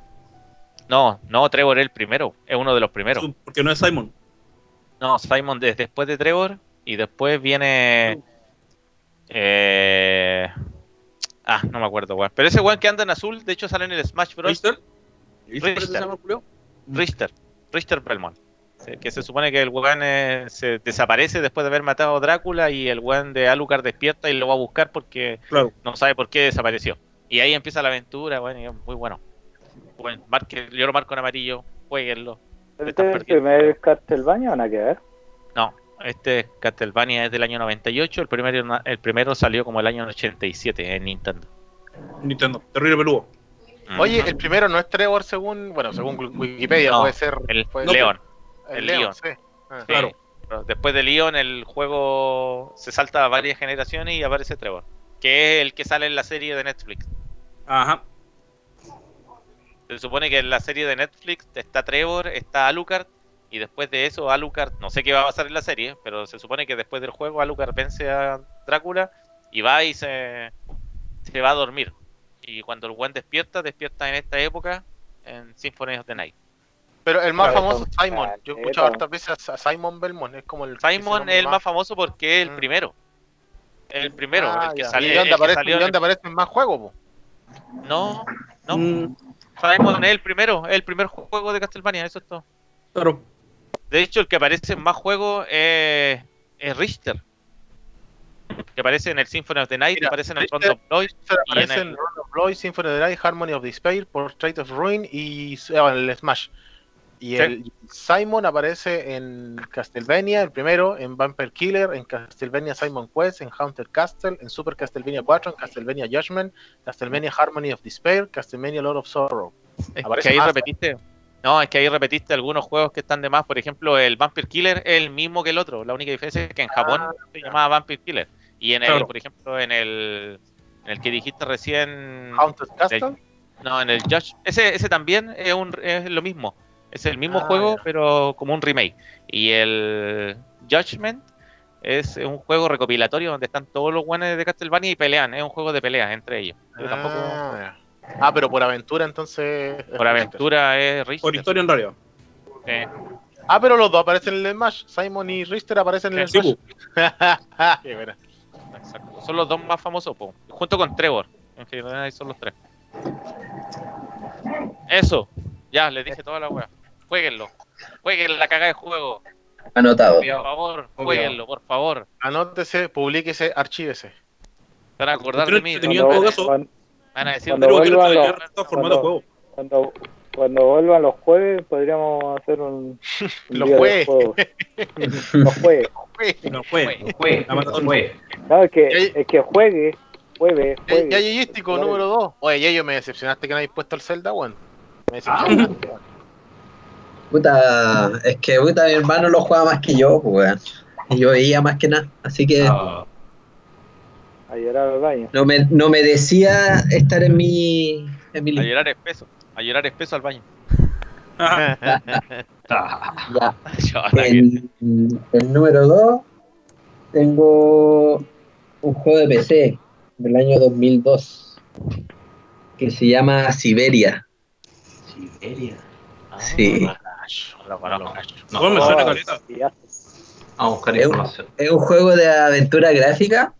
Speaker 1: No, no, Trevor es el primero. Es uno de los primeros.
Speaker 7: su- porque no es Simon.
Speaker 1: No, Simon de- después de Trevor y después viene. Eh, ah, no me acuerdo, weón. Pero ese weón que anda en azul, de hecho sale en el Smash Bros.
Speaker 7: ¿Richter?
Speaker 1: Richter. Richter. Richter Belmont. Se- Que se supone que el weón eh, se desaparece después de haber matado a Drácula y el weón de Alucard despierta y lo va a buscar porque
Speaker 7: Claro.
Speaker 1: no sabe por qué desapareció. Y ahí empieza la aventura, weón, y es muy bueno. Bueno, marque- yo lo marco en amarillo, jueguenlo. Te
Speaker 5: ¿Este
Speaker 1: estás
Speaker 5: es el
Speaker 1: perdiendo.
Speaker 5: primer Castlevania o nada que ver?
Speaker 1: No, este Castlevania es del año 98, el primero, el primero salió como el año 87 en Nintendo.
Speaker 7: Nintendo. Terrible peludo.
Speaker 2: Mm. Oye, el primero no es Trevor según, bueno, según Wikipedia,
Speaker 1: Mm. No,
Speaker 2: puede ser
Speaker 1: el
Speaker 2: puede-
Speaker 1: León.
Speaker 2: el
Speaker 1: el
Speaker 2: León,
Speaker 1: León.
Speaker 2: sí. Ah,
Speaker 1: sí. Pero Después de Leon el juego se salta a varias generaciones y aparece Trevor, que es el que sale en la serie de Netflix.
Speaker 7: Ajá.
Speaker 1: Se supone que en la serie de Netflix está Trevor, está Alucard, y después de eso Alucard, no sé qué va a pasar en la serie, pero se supone que después del juego Alucard vence a Drácula y va y se, se va a dormir. Y cuando el buen despierta, despierta en esta época en Symphony of the Night.
Speaker 2: Pero el más
Speaker 5: Claro,
Speaker 2: famoso
Speaker 5: son
Speaker 2: es Simon. Yo he escuchado
Speaker 5: chaquetas.
Speaker 2: hartas veces a Simon Belmont. Es como el.
Speaker 1: Simon es el más famoso porque es el
Speaker 2: Mm.
Speaker 1: primero. El primero,
Speaker 2: Ah,
Speaker 1: el que
Speaker 2: ya.
Speaker 1: sale.
Speaker 2: ¿Y dónde
Speaker 1: el que
Speaker 2: aparece-
Speaker 1: salió
Speaker 2: y
Speaker 1: en-
Speaker 2: dónde aparecen más juegos? po?
Speaker 1: No, no.
Speaker 7: Mm,
Speaker 1: Simon es el primero, es el primer juego de Castlevania, eso es todo.
Speaker 7: claro.
Speaker 1: De hecho, el que aparece en más juegos es, es Richter. Que aparece en el Symphony of the Night,
Speaker 2: Mira,
Speaker 1: aparece en el
Speaker 2: Richter-
Speaker 1: Front of Blood.
Speaker 2: Se
Speaker 1: Y en
Speaker 2: aparecen
Speaker 1: el-
Speaker 2: Roll of Blood, Symphony of the Night, Harmony of Despair, Portrait of Ruin y ah, el Smash. Y
Speaker 1: Sí.
Speaker 2: el Simon aparece en Castlevania, el primero, en Vampire Killer, en Castlevania Simon Quest, en Haunted Castle, en Super Castlevania 4, en Castlevania Judgment, Castlevania Harmony of Despair, Castlevania Lord of Sorrow.
Speaker 1: Es
Speaker 2: Aparece
Speaker 1: que ahí
Speaker 2: más.
Speaker 1: repetiste. No, es que ahí repetiste algunos juegos que están de más. Por ejemplo, el Vampire Killer es el mismo que el otro. La única diferencia es que
Speaker 2: Ah,
Speaker 1: en Japón se llamaba Vampire Killer. Y en el,
Speaker 7: Claro.
Speaker 1: por ejemplo, en el, en el que dijiste recién.
Speaker 2: Haunted Castle.
Speaker 1: No, en el Judge. Ese, ese también es, un, es lo mismo. Es el mismo
Speaker 2: Ah,
Speaker 1: juego,
Speaker 2: ya.
Speaker 1: pero como un remake. Y el Judgment es un juego recopilatorio donde están todos los guanes de Castlevania y pelean. Es un juego de peleas entre ellos. Pero tampoco.
Speaker 2: Ah, ah, pero por aventura entonces. es
Speaker 1: Por aventura es
Speaker 7: Por
Speaker 1: Richter.
Speaker 7: historia en realidad.
Speaker 1: Eh,
Speaker 2: Richter. Ah, pero los dos aparecen en el Smash. Simon y Richter aparecen en el
Speaker 7: Sí,
Speaker 2: Smash.
Speaker 7: po.
Speaker 2: Qué buena.
Speaker 1: exacto. Son los dos más famosos, po, junto con Trevor. En general, ahí son los tres. Eso. Ya, les dije toda la wea. Jueguenlo. Jueguen la cagada de juego.
Speaker 6: Anotado.
Speaker 1: Por favor, jueguenlo, por favor.
Speaker 2: Anótese, publíquese, archívese.
Speaker 1: Se van a acordar de
Speaker 7: Creo
Speaker 1: mí.
Speaker 7: que
Speaker 1: ¿no?
Speaker 7: tenía en todo caso-
Speaker 5: cuando,
Speaker 1: Van a decir,
Speaker 7: Pero
Speaker 5: Cuando
Speaker 7: creo que
Speaker 5: vuelva
Speaker 7: debería
Speaker 5: la-
Speaker 7: haber estado formando
Speaker 5: cuando-
Speaker 7: juego.
Speaker 5: cuando, cuando vuelvan los jueves podríamos hacer un, un
Speaker 2: Los
Speaker 5: día de
Speaker 2: jueves.
Speaker 5: juegos. los jueves.
Speaker 7: No, fue.
Speaker 3: Fue,
Speaker 7: La maratón.
Speaker 3: fue.
Speaker 5: No, es que,
Speaker 2: Y ahí-
Speaker 5: es que juegue, juegue,
Speaker 2: Yay-
Speaker 5: juegue.
Speaker 2: Yayístico
Speaker 5: Claro.
Speaker 2: número 2. Oye, Yayo, me decepcionaste que no hayas puesto el Zelda, weón. Me
Speaker 5: Ah,
Speaker 2: decepcionaste. weón.
Speaker 6: Puta, es que puta, mi hermano lo juega más que yo, pues, weón. Y Yo veía más que nada, así que
Speaker 3: Ah,
Speaker 5: A llorar al baño.
Speaker 6: no, me, no merecía estar en mi, en mi
Speaker 1: a
Speaker 6: lista.
Speaker 1: llorar espeso. A llorar espeso al baño.
Speaker 7: Ajá.
Speaker 3: ah,
Speaker 6: Ya.
Speaker 1: Llora, que-
Speaker 6: El, el número 2 tengo un juego de PC del año 2002 que se llama Siberia.
Speaker 3: Siberia.
Speaker 6: Sí.
Speaker 1: Lo conozco.
Speaker 3: ah, No,
Speaker 7: Bueno, me suena
Speaker 5: Oh,
Speaker 7: caleta.
Speaker 5: y ya.
Speaker 3: vamos a buscar
Speaker 6: Es un-
Speaker 3: información.
Speaker 6: Es un juego de aventura gráfica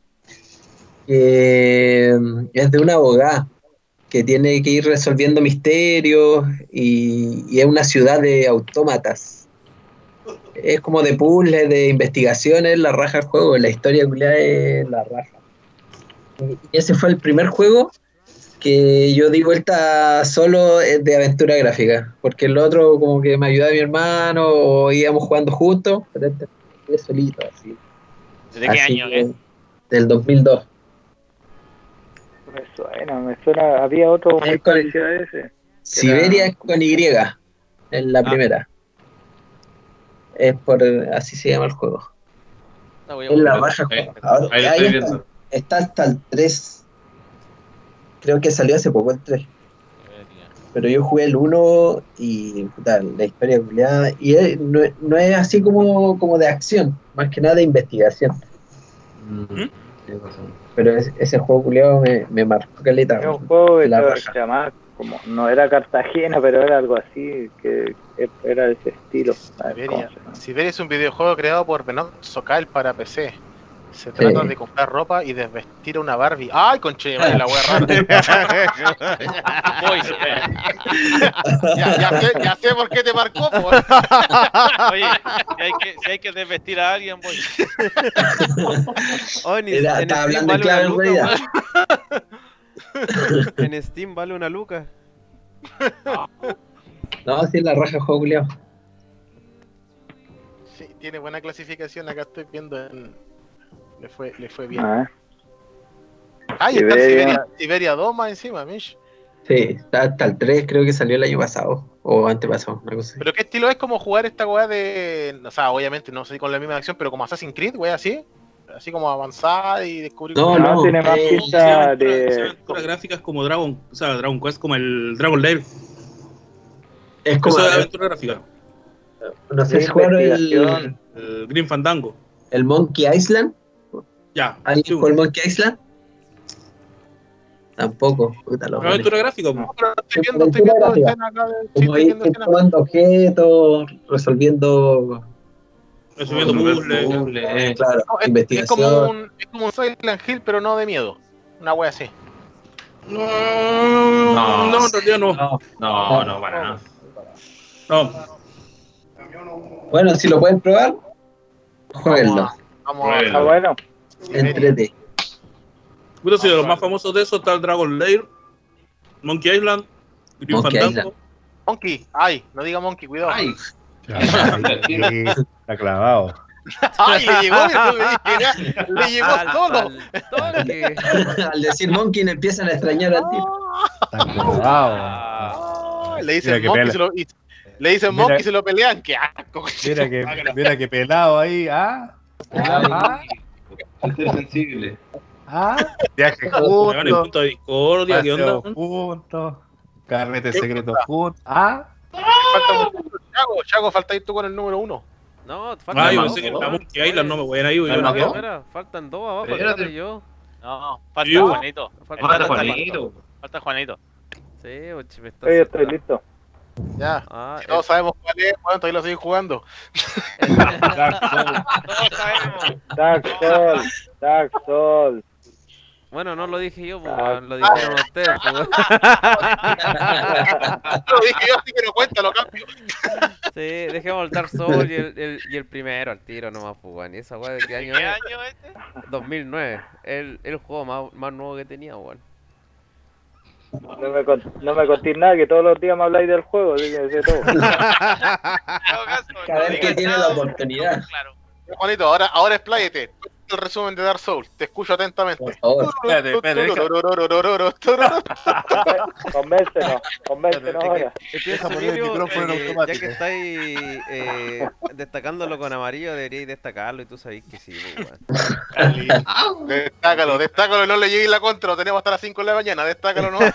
Speaker 6: que mm, es de una abogada que tiene que ir resolviendo misterios y, y es una ciudad de autómatas. Es como de puzzles, de investigaciones, la raja del juego, la historia culiá es la raja. Y ese fue el primer juego que yo di vuelta solo eh, de aventura gráfica, porque el otro como que me ayudaba mi hermano o íbamos jugando juntos, pero este fue solito así.
Speaker 1: ¿Desde qué
Speaker 6: Así
Speaker 1: año
Speaker 6: que,
Speaker 1: es?
Speaker 6: Del 2002.
Speaker 5: Me suena, me suena. Había otro muy
Speaker 6: Es con-
Speaker 5: parecido a ese.
Speaker 6: Siberia con Y, es la primera. Es por, así se llama el juego.
Speaker 1: No, voy a
Speaker 6: Es la
Speaker 1: buscar.
Speaker 6: baja
Speaker 3: Ahí,
Speaker 6: juego. Ahora,
Speaker 3: ahí lo
Speaker 6: ahí
Speaker 3: estoy
Speaker 6: está,
Speaker 3: viendo.
Speaker 6: está hasta el 3. Creo que salió hace poco el 3. Pero yo jugué el 1 y puta, la historia culiada. Y es- no, no es así como, como de acción, más que nada de investigación.
Speaker 3: Mm. Tienes razón.
Speaker 6: Pero es- ese juego culiado me, me marcó caleta.
Speaker 5: Es un juego que
Speaker 6: La
Speaker 5: se
Speaker 6: raja.
Speaker 5: llamaba como, no era Cartagena, pero era algo así, que era de ese estilo. A ver cómo
Speaker 2: Siberia.
Speaker 5: se llama.
Speaker 2: Siberia es un videojuego creado por Benoit Sokal para PC. Se trata de comprar ropa y desvestir a una Barbie. ¡Ay, conche, de madre, la wea rara!
Speaker 1: Boys, eh.
Speaker 2: ya, ya sé, ya sé por qué te marcó, po.
Speaker 1: Oye, si hay, que, si hay que desvestir a alguien, voy.
Speaker 10: Oh, en,
Speaker 6: Era-
Speaker 10: en
Speaker 6: estaba hablando
Speaker 10: Steam
Speaker 6: en
Speaker 10: vale una
Speaker 6: clave en
Speaker 10: luca,
Speaker 6: realidad.
Speaker 10: weón. En Steam vale una luca.
Speaker 6: No, sí, la raja el juego culiado.
Speaker 2: Sí, tiene buena clasificación, acá estoy viendo en... Le fue, le fue bien.
Speaker 5: Ah,
Speaker 2: ¡Ay, está el
Speaker 5: Siberia.
Speaker 2: Siberia, Siberia 2 más encima, Mish!
Speaker 6: Sí, está hasta el 3, creo que salió el año pasado. O antepasado, una cosa así.
Speaker 2: ¿Pero qué estilo es como jugar esta weá de... O sea, obviamente no sé con la misma acción, pero como Assassin's Creed, weá, así. Así como avanzar y descubrir...
Speaker 6: No,
Speaker 2: cosas.
Speaker 5: no,
Speaker 6: no,
Speaker 5: tiene más
Speaker 6: eh,
Speaker 7: Se
Speaker 5: pinta
Speaker 7: aventura- se
Speaker 5: de.
Speaker 7: aventura gráficas como Dragon, o sea, Dragon Quest, como el Dragon Lair.
Speaker 6: es como.
Speaker 7: Eso de aventura gráfica.
Speaker 6: No sé
Speaker 5: de
Speaker 6: si jugaron el,
Speaker 5: investigación.
Speaker 7: El Green Fandango.
Speaker 6: el Monkey Island.
Speaker 7: Ya.
Speaker 6: ¿Alguien
Speaker 7: sí,
Speaker 6: jugó el Monkey Island? Tampoco. Puta, lo
Speaker 7: una aventura gráfica. po.
Speaker 2: No, pero estoy viendo, estoy viendo
Speaker 6: Aventura
Speaker 2: escena acá. de- sí,
Speaker 6: Como
Speaker 2: estoy
Speaker 6: ir
Speaker 2: viendo escena.
Speaker 6: tomando objetos, resolviendo.
Speaker 7: Resolviendo puzzles.
Speaker 3: Google, eh.
Speaker 6: Claro,
Speaker 2: No, es, es
Speaker 6: investigación.
Speaker 2: como un, es como un Silent Hill, pero no de miedo. Una wea así.
Speaker 7: No, no, en realidad no.
Speaker 3: No, no, para nada.
Speaker 7: No,
Speaker 6: Bueno, si lo pueden probar, jueguenlo.
Speaker 2: Vamos a ver.
Speaker 5: Ah, bueno.
Speaker 6: Entrete.
Speaker 7: Puta, si de los más famosos de eso está el Dragon Lair, Monkey Island, Green
Speaker 6: Monkey
Speaker 7: Fandango.
Speaker 2: Monkey, ay, no diga Monkey, cuidado. Ay,
Speaker 4: Está clavado.
Speaker 2: le llegó, le llegó, le llegó
Speaker 10: Al-
Speaker 2: solo.
Speaker 10: al toque.
Speaker 6: Al decir Monkey me empiezan a extrañar al tipo.
Speaker 4: Está clavado.
Speaker 2: Ah, le
Speaker 4: Mira
Speaker 2: dicen
Speaker 4: que
Speaker 2: Monkey,
Speaker 4: pela.
Speaker 2: se lo, y- le dicen
Speaker 4: Mira-
Speaker 2: Monkey, se lo pelean. Qué asco.
Speaker 4: Mira que, mira que pelado ahí. Ah,
Speaker 3: Ah, Ser sensible.
Speaker 4: ah. Viaje
Speaker 7: Weón, en
Speaker 4: juntos.
Speaker 7: punto de discordia, ¿qué onda?
Speaker 4: Paseo juntos. Carrete secreto juntos. Ah.
Speaker 2: Falta mucho. Chago, Chago, faltáis tú con el número uno.
Speaker 10: No, faltan
Speaker 7: Ay, Ah,
Speaker 10: dos,
Speaker 7: pensé que
Speaker 10: weón.
Speaker 7: la Monkey Island no me voy a ir ahí, weón.
Speaker 3: Calma,
Speaker 7: ¿qué?
Speaker 10: Espera, espera, faltan dos abajo,
Speaker 3: Espérate.
Speaker 10: espérate yo.
Speaker 1: No, falta
Speaker 7: Yo.
Speaker 1: Juanito.
Speaker 3: Mata
Speaker 1: Falta
Speaker 3: Juanito.
Speaker 1: Falta Juanito.
Speaker 10: Sí, oye, me está
Speaker 5: Oye, estoy
Speaker 10: saltando.
Speaker 5: listo.
Speaker 2: Ya.
Speaker 10: Ah,
Speaker 2: No sabemos cuál es, bueno, todavía lo seguís jugando.
Speaker 1: Ah, Todos sabemos.
Speaker 5: Dark Souls, Dark Souls.
Speaker 10: eh, bueno, no lo dije yo, pues,
Speaker 5: Ah.
Speaker 10: weón, lo dijeron ustedes. pues, weón.
Speaker 2: Lo dije yo, así que no cuenta, lo cambio.
Speaker 10: Sí, dejemos el Dark Souls y el, el- y el primero al tiro nomás, pues, weón. ¿Y esa weá de qué año
Speaker 1: ¿Qué
Speaker 10: es?
Speaker 1: año es este?
Speaker 10: 2009. El, el juego más, más nuevo que tenía, weón.
Speaker 5: No me, con- no me contéis nada, que todos los días me habláis del juego, así que sé todo.
Speaker 1: Cada
Speaker 6: Cada vez que tiene la oportunidad.
Speaker 1: Claro.
Speaker 2: Juanito, ahora, ahora expláyate. El resumen de Dark Souls, te escucho atentamente.
Speaker 6: Por favor.
Speaker 4: Espérate, espérate, deja.
Speaker 5: Conven- Convéncenos, convéncenos ahora.
Speaker 10: Este es
Speaker 4: Deja
Speaker 10: un
Speaker 4: poner el
Speaker 10: libro,
Speaker 4: micrófono en
Speaker 10: eh, ya
Speaker 4: automático.
Speaker 10: que estáis eh, destacándolo con amarillo, deberíais destacarlo y tú sabéis que sí, pues, weón.
Speaker 2: Destácalo, destácalo, no le llegues la contra, lo tenemos hasta las 5 de la mañana, destácalo, no.
Speaker 10: no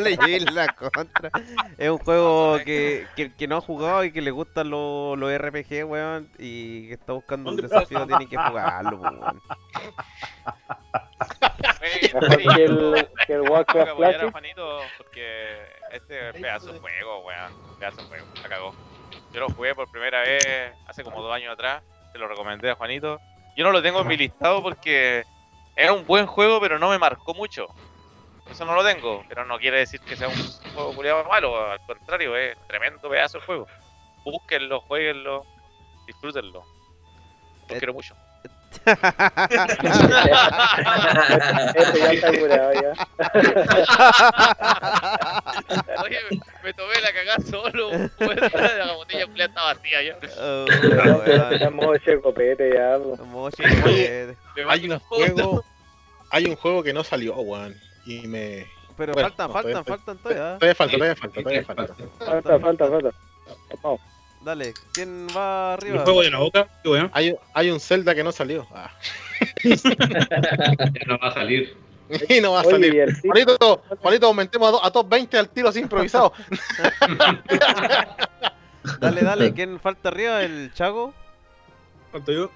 Speaker 10: le llegues la contra. Es un juego que, que el que no ha jugado y que le gustan los los RPG, weón, y que está buscando un desafío, tiene que jugarlo, po, weón.
Speaker 5: Mejor que el, que el
Speaker 1: Tengo que
Speaker 5: Warcraft
Speaker 1: apoyar a
Speaker 5: Classic.
Speaker 1: Juanito porque este pedazo de juego, weón. Pedazo de juego, la cagó. Yo lo jugué por primera vez hace como dos años atrás. Se lo recomendé a Juanito. Yo no lo tengo en mi listado porque era un buen juego, pero no me marcó mucho. Eso no lo tengo, pero no quiere decir que sea un juego culiado malo, al contrario, es tremendo pedazo de juego. Búsquenlo, jueguenlo, disfrútenlo. Los
Speaker 10: Eh,
Speaker 1: quiero mucho.
Speaker 5: Esto este ya está curado ya.
Speaker 1: Oye, me tomé la cagada solo, weón. La botella culiada está vacía ya.
Speaker 10: Oh,
Speaker 5: Ya
Speaker 10: weón.
Speaker 5: modo che copete ya. pues. po.
Speaker 10: Mochi, weón.
Speaker 1: Me
Speaker 2: Hay
Speaker 1: imagino-
Speaker 2: un juego. Hay un juego que no salió, weón. Y me.
Speaker 10: Pero
Speaker 2: Bueno,
Speaker 10: faltan,
Speaker 2: no,
Speaker 10: faltan,
Speaker 2: todavía-
Speaker 10: faltan todavía. ¿eh?
Speaker 2: Todavía falta, todavía falta, todavía falta.
Speaker 5: Falta, falta, falta. Vamos.
Speaker 10: Dale, ¿quién va
Speaker 7: El
Speaker 10: arriba?
Speaker 7: juego de la boca, qué weón.
Speaker 2: Hay, hay un Zelda que no salió. Ah.
Speaker 3: Ya no va a salir.
Speaker 2: Y
Speaker 7: Ah,
Speaker 2: no va a
Speaker 5: Oye,
Speaker 2: salir.
Speaker 5: y el tipo-
Speaker 2: Juanito, Juanito, aumentemos a, do- a top 20 al tiro así improvisado.
Speaker 10: Dale, dale, ¿quién falta arriba? ¿El Chago?
Speaker 7: ¿Cuánto yo?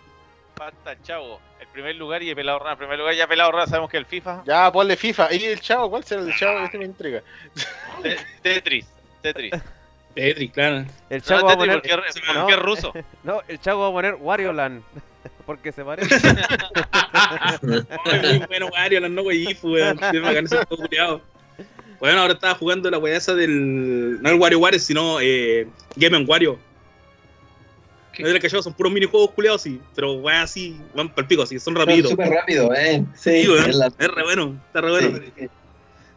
Speaker 1: Falta el chavo. El primer lugar y el pelado rana. El primer lugar ya pelado rana. Sabemos que el FIFA.
Speaker 2: ya, ponle FIFA. ¿Y el chavo? ¿Cuál será el chavo? Este me intriga.
Speaker 1: Te- Tetris. Tetris.
Speaker 7: Tetris, claro.
Speaker 10: El Chago
Speaker 1: No,
Speaker 10: va a
Speaker 1: Tetris
Speaker 10: poner.
Speaker 1: porque, es-
Speaker 10: no.
Speaker 1: porque es ruso.
Speaker 10: No, el Chago va a poner Wario Land. Porque se parece.
Speaker 2: ah.
Speaker 7: Ay, muy bueno, Wario, las no Gifu, weón. Qué bacán ese juego culiao. Bueno, ahora estaba jugando la weá esa del. No el Wario Wario, sino eh, Game and Wario. No es la que yo, son puros minijuegos culiados, sí. Pero weá, así, van pa'l pico, así, son
Speaker 6: Son
Speaker 7: rapiditos.
Speaker 6: súper rápido, ¿eh? Sí,
Speaker 7: Sí, weón.
Speaker 6: es la-
Speaker 7: Es re bueno, está re bueno.
Speaker 6: sí.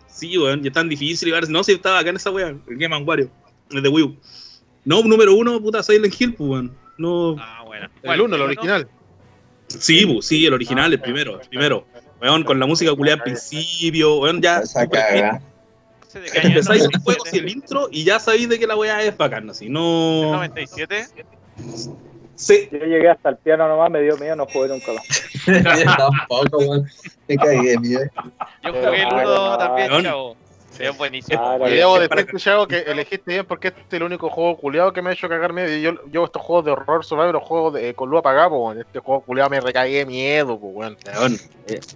Speaker 7: Sí, weón, y es tan difícil. y ahora- No, si estaba acá en esa weá, el Game and Wario, el de Wii U. No, número uno, puta, Silent Hill, pues, weón. No.
Speaker 1: Ah, bueno.
Speaker 2: El uno, el original.
Speaker 7: Sí, pues, sí, el original, el primero, el primero. Weón, con la música culiada al principio, weón, ya.
Speaker 6: Esa caga.
Speaker 1: Ese de cañón,
Speaker 7: Empezáis el juego
Speaker 1: 97.
Speaker 7: y el intro y ya sabéis de que la weá es bacana, así. No.
Speaker 1: 97.
Speaker 7: Sí.
Speaker 5: Yo llegué hasta el piano nomás, me dio miedo, no jugué nunca más.
Speaker 6: Tampoco, weón. Me cagué, mire.
Speaker 1: Yo jugué el uno
Speaker 5: Ah,
Speaker 1: también,
Speaker 7: weón.
Speaker 1: chavo. Es buenísimo.
Speaker 5: Ah,
Speaker 2: Y
Speaker 5: Oye,
Speaker 2: debo
Speaker 7: Eh, es
Speaker 2: decirte,
Speaker 7: para-
Speaker 2: Chavo, que elegiste bien porque este es el único juego culiado que me ha hecho cagarme. Yo, yo estos juegos de horror survival, los juegos de, eh, con luz apagada, po, weón. Este juego culiado me recagué de miedo, po, weón.
Speaker 7: Weón,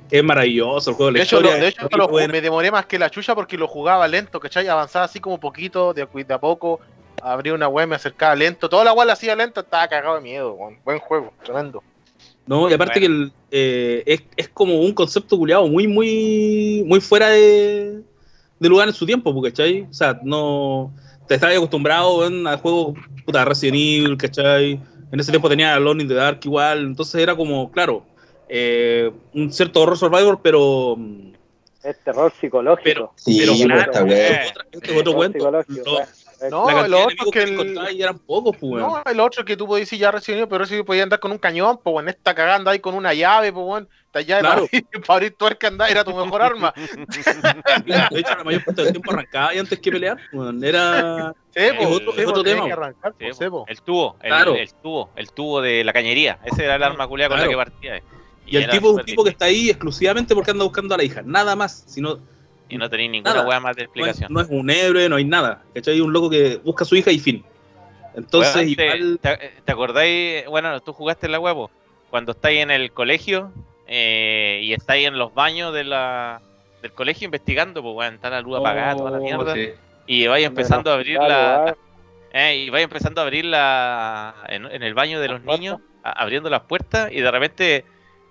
Speaker 7: es maravilloso el juego. la
Speaker 2: De hecho, lo-
Speaker 7: historia
Speaker 2: de
Speaker 7: es
Speaker 2: hecho lo ju-
Speaker 7: buena.
Speaker 2: me demoré más que la chucha porque lo jugaba lento, ¿cachai? Avanzaba así como poquito, de, a cu- de a poco. Abría una web, me acercaba lento. Toda la web la hacía lento, estaba cagado de miedo, weón. Buen juego, tremendo.
Speaker 7: No, y aparte que el, eh, es, es como un concepto culiado muy, muy, muy fuera de, de lugar en su tiempo, pues, ¿cachai? O sea, no. Te estabas acostumbrado weón, a juegos puta Resident Evil, ¿cachai? En ese tiempo tenía Alone in the Dark igual, entonces era como, claro, eh, un cierto horror survivor, pero. mm,
Speaker 5: Es terror psicológico.
Speaker 7: Pero-
Speaker 6: Sí,
Speaker 7: Pero
Speaker 6: pues,
Speaker 7: claro,
Speaker 6: esta weá.
Speaker 1: Eh,
Speaker 7: Otra- este es otro
Speaker 5: terror
Speaker 7: cuento.
Speaker 5: psicológico,
Speaker 7: Lo-
Speaker 5: weón. Es-
Speaker 2: No,
Speaker 7: la cantidad
Speaker 2: lo
Speaker 7: de
Speaker 2: otro
Speaker 7: enemigos
Speaker 2: que
Speaker 7: que
Speaker 2: el-
Speaker 7: encontrabas y eran pocos, pues, weón.
Speaker 2: No, el otro que tú podías decir ya recién, pero si podía andar con un cañón, pues weón. Esta cagada andaba ahí con una llave, pues weón. Esta llave
Speaker 7: Claro.
Speaker 2: para, abrir, para abrir tuerca andaba, era tu mejor arma.
Speaker 7: De hecho, la mayor parte del tiempo arrancaba y antes que pelear, weón, era.
Speaker 2: Sí, po,
Speaker 1: Es otro-
Speaker 2: sí,
Speaker 7: es
Speaker 2: po,
Speaker 7: otro
Speaker 2: tenés
Speaker 7: tema,
Speaker 2: que arrancar,
Speaker 1: Sí,
Speaker 2: po, sí, po.
Speaker 1: El tubo, el,
Speaker 7: Claro.
Speaker 1: el tubo, el tubo de la cañería. Ese era el arma culiada con
Speaker 7: Claro.
Speaker 1: la que partía. eh.
Speaker 7: Y el
Speaker 1: era
Speaker 7: tipo es un
Speaker 1: súper
Speaker 7: tipo que está ahí exclusivamente porque anda buscando a la hija, nada más. Si no,
Speaker 1: difícil. Y no tenía ninguna
Speaker 7: Nada.
Speaker 1: weá más de
Speaker 7: no, es,
Speaker 1: explicación.
Speaker 7: no es un héroe, no hay nada. ¿Cachai? Hay un loco que busca a su hija y fin. Entonces,
Speaker 1: Weón, te-
Speaker 7: igual.
Speaker 1: te, te acordáis? Bueno, tú jugaste en la huevo. Cuando estáis en el colegio eh, y estáis en los baños de la, del colegio investigando, pues weón, está la luz apagada, toda la mierda.
Speaker 3: Sí.
Speaker 1: Y vais empezando a abrir la,
Speaker 5: Claro,
Speaker 1: Eh, y vais empezando a abrir la, en, en el baño de
Speaker 5: Las
Speaker 1: los niños, a- abriendo las puertas, y de repente